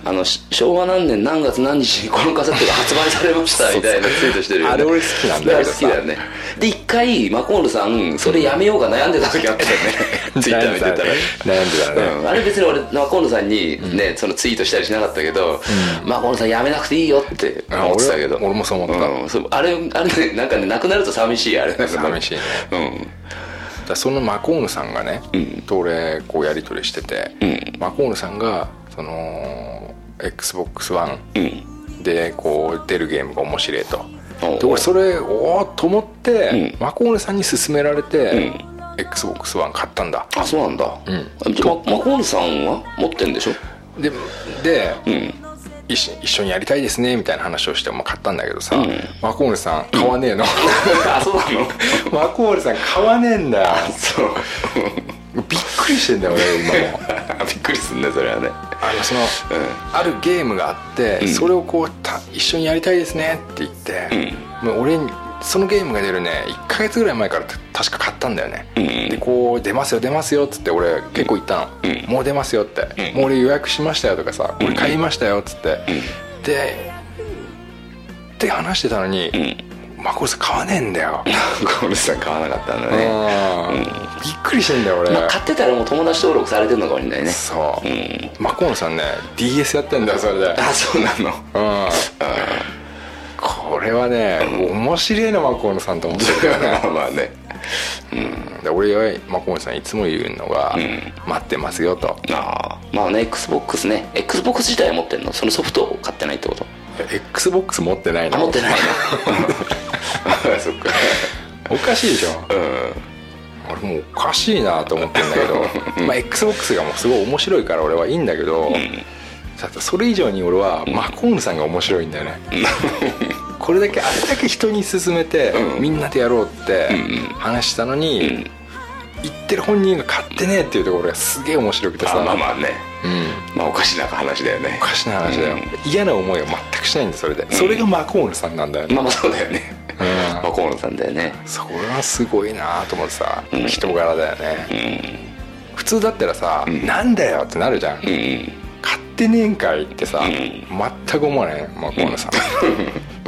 あのし昭和何年何月何日にこのカセットが発売されましたみたいなツイートしてるよね
あれ俺好きなんだけど
あれ好
さ
きだよねで一回マコーンヌさんそれやめようか悩んでた時あったよ
*laughs*
ねツイッター見てたら
悩んでたらね、
うんあれ別に俺マコーンヌさんにね、そのツイートしたりしなかったけど、マコーンヌさんやめなくていいよって
あ
思ってたけど
俺俺もそう思った
んそうあれあれねなんかねなくなると寂しいあれ
寂しいね
うん
だからそのマコーヌさんがね、と俺こうやり取りしてて、
う
マコーヌさんがその XBOX1、
うん
でこう出るゲームが面白いと
おう
で俺それおおと思って、
うん
マコーネさんに勧められて、XBOX1 買ったんだ
あそうなんだ、
うん
じゃあママコーンヌさんは持ってんでしょ
でで、
うん
一緒一緒にやりたいですねみたいな話をして、まあ、買ったんだけどさ、
うん
マコーネさん買わねえ
*laughs*
の、*laughs*
あそうなの
マコーネさん買わねえんだよ
*laughs* そう *laughs*
びっくりしてんだよ俺今も
びっくりすんねそれはね
あのその、あるゲームがあって、
ん
それをこうた一緒にやりたいですねって言って、もう俺にそのゲームが出るね1ヶ月ぐらい前から確か買ったんだよね、
うん
でこう出ますよ出ますよっつって俺結構言ったの、
うん
もう出ますよって、
うん
もう俺予約しましたよとかさ、
ん
俺買いましたよっつって、でって話してたのに、マコルさん買わねえんだ
*laughs*
よ、
マコーンヌさん買わなかったんだね、
うんびっくりしてんだよ俺、
まあ、買ってたらもう友達登録されてるのかもしれないね
そう、
うん
マコールさんね DS やってんだよそれで
あそうなの
うんこれはね、面白いなマコーネさんと思ってるよね
*laughs* まあね
で俺はマコーネさんいつも言うのが、待ってますよと
あーまあね XBOX ね XBOX 自体は持ってんのそのソフトを買ってないってこと
XBOX 持ってない
あ
の
持ってないなそっか
おかしいでしょ
*laughs* う
俺もうおかしいなと思ってんだけど、まあ、XBOX がもうすごい面白いから俺はいいんだけど、さてそれ以上に俺はマコーネさんが面白いんだよね、これだけあれだけ人に勧めて、みんなでやろうって話したのに、
ん
言ってる本人が買ってねえっていうところがすげえ面白くてさ
んあまあまあね
うん
まあおかしな話だよね
おかしな話だよ、嫌な思いは全くしないんだそれで、それがマコールさんなんだよね、
まあまあそうだよね
うん
マコーンヌさんだよね
それはすごいなと思ってさ、人柄だよね、普通だったらさ、なんだよってなるじゃん、
うん
買ってねえんかいってさ、
ん
全く思わないマコール
*laughs*
さん、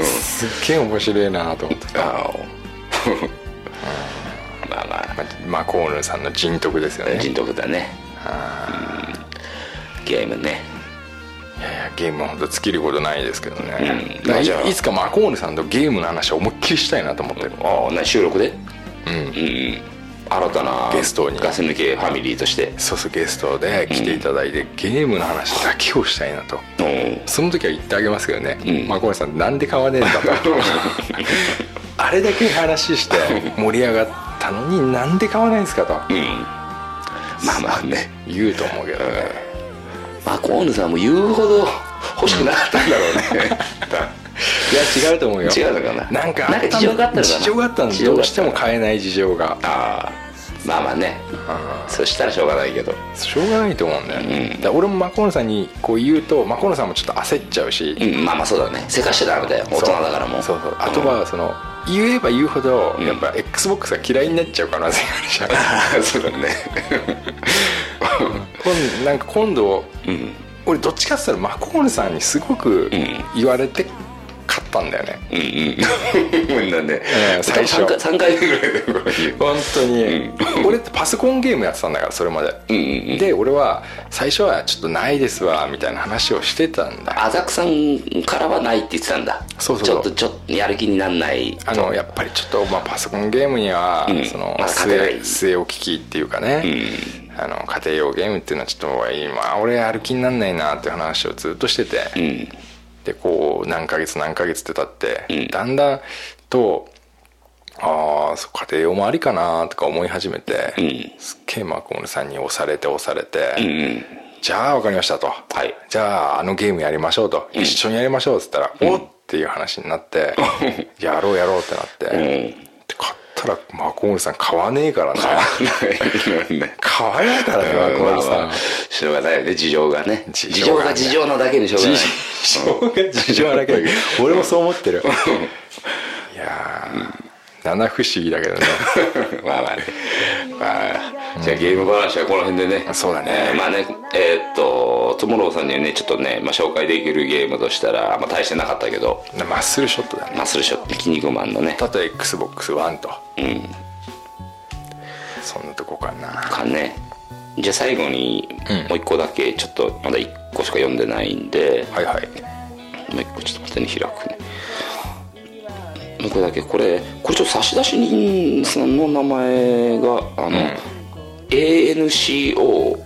すっげえ面白いなと思ってさ、
ああまあまあ
まあマコールさんの人徳ですよね
人徳だねうんゲームね
いやいやゲームは本当尽きることないですけどね、
うんまあじゃあ
いいつかマコールさんとゲームの話を思いっきりしたいなと思ってる、
ああな収録で
うん
うんうん新たな
ゲストに
ガス抜けファミリーとして
そうそうゲストで来ていただいて、ゲームの話だけをしたいなと
お
その時は言ってあげますけどね、
うん
マコネさんなんで買わねえんだとあれだけ話して
*laughs*
盛り上がったのになんで買わないんですかと
うんまあまあね
言うと思うけどね、
マコーヌさんも言うほど欲しくなかったんだろうね
いや違うと思うよ
違うのかな
なんかあ
なん
った
か事情があったのかな
事情があったん
事
で
情
ど
があ
う
っ
したて
の
も
か
買えない事情が
ああまあまあねそしたらしょうがないけど
しょうがないと思うんだよね、だから俺もマコネさんにこう言うとマコネさんもちょっと焦っちゃうし、
うんまあまあそうだねせかしちゃダメだよ大人だからも
そうそうあとはその言えば言うほど
ん
やっぱ XBOX が嫌いになっちゃう可能性があるじゃん
ああ *laughs* そうだね
今なんか今度
うん
俺どっちかっつったらマコールさんにすごく
ん
言われて買ったったんだよね
うんうんなんで、
ええ最初
3回三回目ぐらいでこういう
本当に、
う
俺ってパソコンゲームやってたんだからそれまで、
うんうんうん
で俺は最初はちょっとないですわみたいな話をしてたんだ
あざくさんからはないって言ってたんだ
そうそうそう
ちょっとちょっとやる気になんない
あのやっぱりちょっと、まあ、パソコンゲームには、
うん
その
まあ勝てない
末末置き機っていうかね、あの家庭用ゲームっていうのはちょっと今俺やる気になんないなっていう話をずっとしてて、
うん
でこう何ヶ月何ヶ月って経って、だんだんとああ家庭用もありかなとか思い始めて、
うん
すっげえマコモルさんに押されて押されて、
うんうん
じゃあ分かりましたと、
い
じゃああのゲームやりましょうと、一緒にやりましょうっつったら、おっっていう話にな
*laughs*
って、やろうやろうってなって、 *laughs* で買ったらマコモルさん買わねえからな
なんで
買わないからねマコモルさん
しょうがないよね事情がね
事
事
情
情
がね
が事情なだけにしょうがない
しょうが事情あらけど俺もそう思ってるいやー七不思議だけどね
*laughs* まあまあね、まあ、じゃあゲーム話はこの辺でね
そうだね
えーまあねえーっとトモローさんにはねちょっとね、まあ、紹介できるゲームとしたら、まあ、大してなかったけど
マッスルショットだね
マッスルショット筋肉マンのね
たと XBOX1 と
うん
そんなとこかな
かねじゃあ最後に
うん
もう一個だけちょっとまだ一個しか読んでないんで、
はいはい
もう一個ちょっと待ってね開くねもう一個だけこれこれちょっと差出人さんの名前があの、ANCO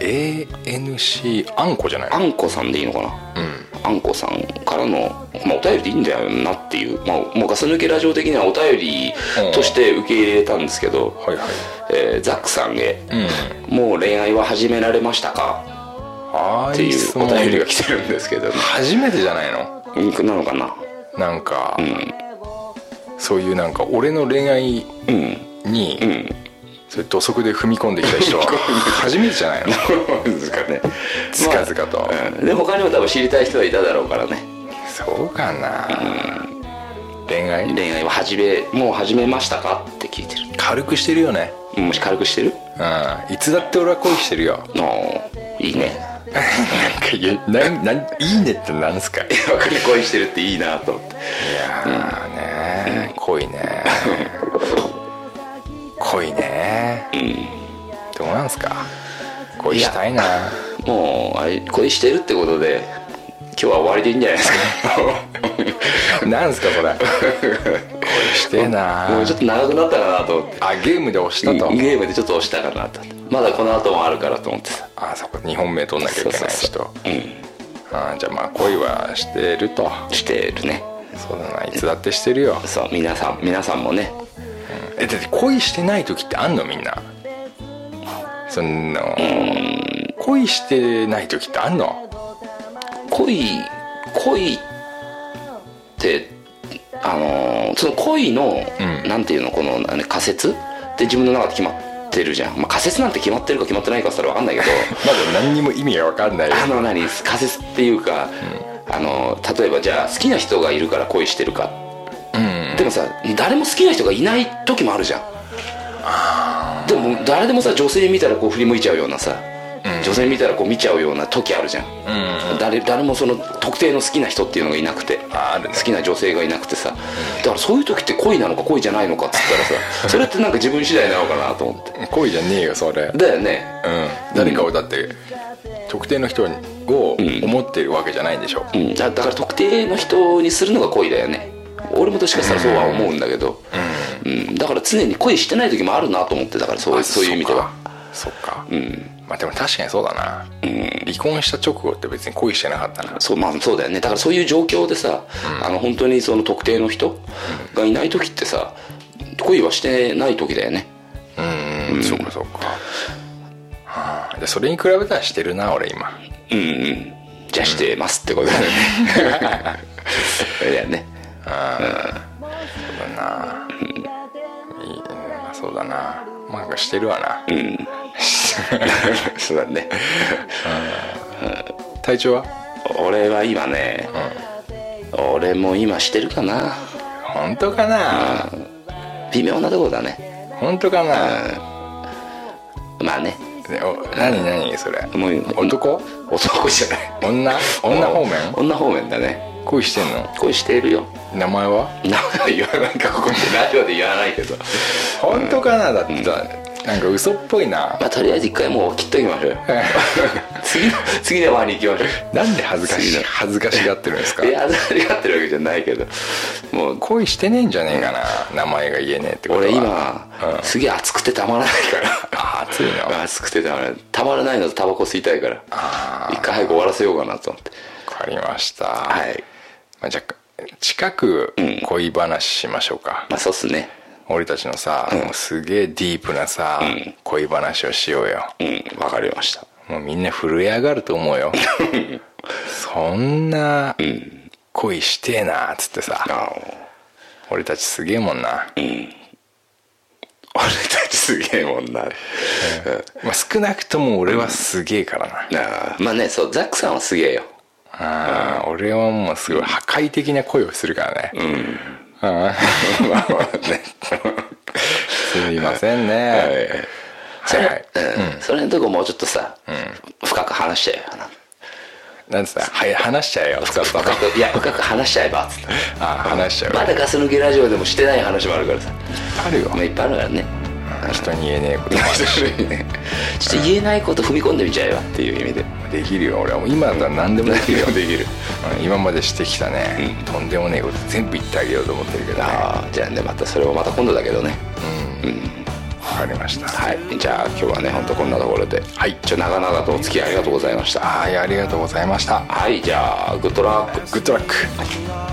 ANC あんこじゃない
あんこさんでいいのかな
うん
あんこさんからの、まあ、お便りでいいんだよなっていう、まあ、もうガス抜けラジオ的にはお便りとして受け入れたんですけど、
はいはい
えーザックさんへ、
うん
もう恋愛は始められましたか?
あ」あ
って
い
いうう
質
お
問
便りが来てるんですけど、
初めてじゃないの
うんなのかな
なんか、
うん
そういうなんか俺の恋愛
うん *laughs*
に、
うん
それ土足で踏み込んできた人は初めてじゃないの
ですかね
ずかずかと、
うんで他にも多分知りたい人はいただろうからね
そうかな、恋愛
恋愛は始めもう始めましたかって聞いて
軽くしてるよね
るもし軽くしてる
うんいつだって俺は恋してるよ
のいいね
なんか言うなんなんいいねってなんすかい
分かる恋してるっていいなと思って
やーね、恋ね恋ね、どうなんすか恋したいな
もうあれ恋してるってことで今日は終わりでいいんじゃないです
なんすかこれ恋してえ
か
な
もうちょっと長くなったかなと思って
あゲームで押したと、
ゲームでちょっと押したかなと思ってまだこの後もあるからと思ってさ
あそこ2本目取んなきゃいけない人
そうそう
あじゃあまあ恋はしてると
してるね
そうだないつだってしてるよ
そう皆さん皆さんもね
えだって恋してない時ってあんのみんなその恋してない時ってあんの
恋恋ってあのーその恋の、
うん
なんていうのこのあの仮説って自分の中で決まってるじゃん、まあ、仮説なんて決まってるか決まってないかそれ分かんないけど
まだ何にも意味が分かんないよ
あの何仮説っていうか、あのー例えばじゃあ好きな人がいるから恋してるか
うん
でもさ誰も好きな人がいない時もあるじゃんでも誰でもさ女性見たらこう振り向いちゃうようなさ、女性見たらこう見ちゃうような時あるじゃん、誰誰もその特定の好きな人っていうのがいなくて
ああるね
好きな女性がいなくてさだからそういう時って恋なのか恋じゃないのかっつったら
*laughs*
さそれってなんか自分次第なのかなと思って
恋じゃねえよそれ
だよね
うん誰かをだって特定の人を思ってるわけじゃないんでしょ
うん、だだから特定の人にするのが恋だよね俺もどっちかしたらそうは思うんだけど、うんだから常に恋してない時もあるなと思ってだからそういう
あ
そういう意味では
そっかそっか
うん
まあでも確かにそうだな離婚した直後って別に恋してなかったな
そうまあそうだよねだからそういう状況でさ、あの本当にその特定の人がいない時ってさ恋はしてない時だよね
うん、そうかそうか、はあ、でそれに比べたらしてるな俺今
うんうんじゃあしてますってことだよね *laughs* それだよね
いいうんまあそうだなまあなんかしてるわな、
うんそうだね
体調は
俺は今ね、俺も今してるかな
本当かな、
微妙なところだね
本当かな、
まあね
でお何何それ
もう
男
男じゃない
女女方面
女方面だね
恋してんの
恋しているよ
名前は
名前は言わないかここでラジオで言わないけど
本当かなだって、なんか嘘っぽいな
まあとりあえず一回もう切っときましょう *laughs* 次の次の輪に行きましょう
なんで恥ずかし
次
い
の
恥ずかしがってるんですか
いやありがってるわけじゃないけどもう
恋してねえんじゃねえかな名前が言えねえってことは
俺今、
うん
すげえ熱くてたまらないから
あ暑い
*laughs*
な
熱くてたまらないたまらないのとタバコ吸いたいから
あー
一回早く終わらせようかなと思って
わかりました
はい
まあ、じゃあ近く恋話しましょうか、
まあそうっすね
俺たちのさ、もうすげえディープなさ、恋話をしようよ
うんわかりました
もうみんな震え上がると思う *laughs* よそんな恋してえなっつってさ、
あ
俺たちすげえもんな、
俺たちすげえもんな、
まあ、少なくとも俺はすげえからな、
なあまあねそうザックさんはすげえよ
あー俺はもうすごい破壊的な恋をするからね *laughs* うん *laughs* すいませんね、
そ
は
れ、
いはい
うんそれのとこもうちょっとさ、深く話しちゃえよな
なんつったはい話しちゃえよつか
深くいや深く話しちゃえばっつって
あ話しちゃう
まだガス抜けラジオでもしてない話もあるからさ
あるよ
まあいっぱいあるからね
人に言えねえこともある
*laughs*
し
ちょっと言えないこと踏み込んでみちゃえばっていう意味で
できるよ俺はもう今だったら何でもできるよ
*laughs* 何でもできる
うん今までしてきたね、とんでもねえこと全部言ってあげようと思ってるけどねわ
ああじゃあねまたそれもまた今度だけどね
かりました
はいじゃあ今日はね本当こんなところではいちょ長々とお付き合いありがとうございました
はいありがとうございました
はいじゃあグッドラック
グッドラック
「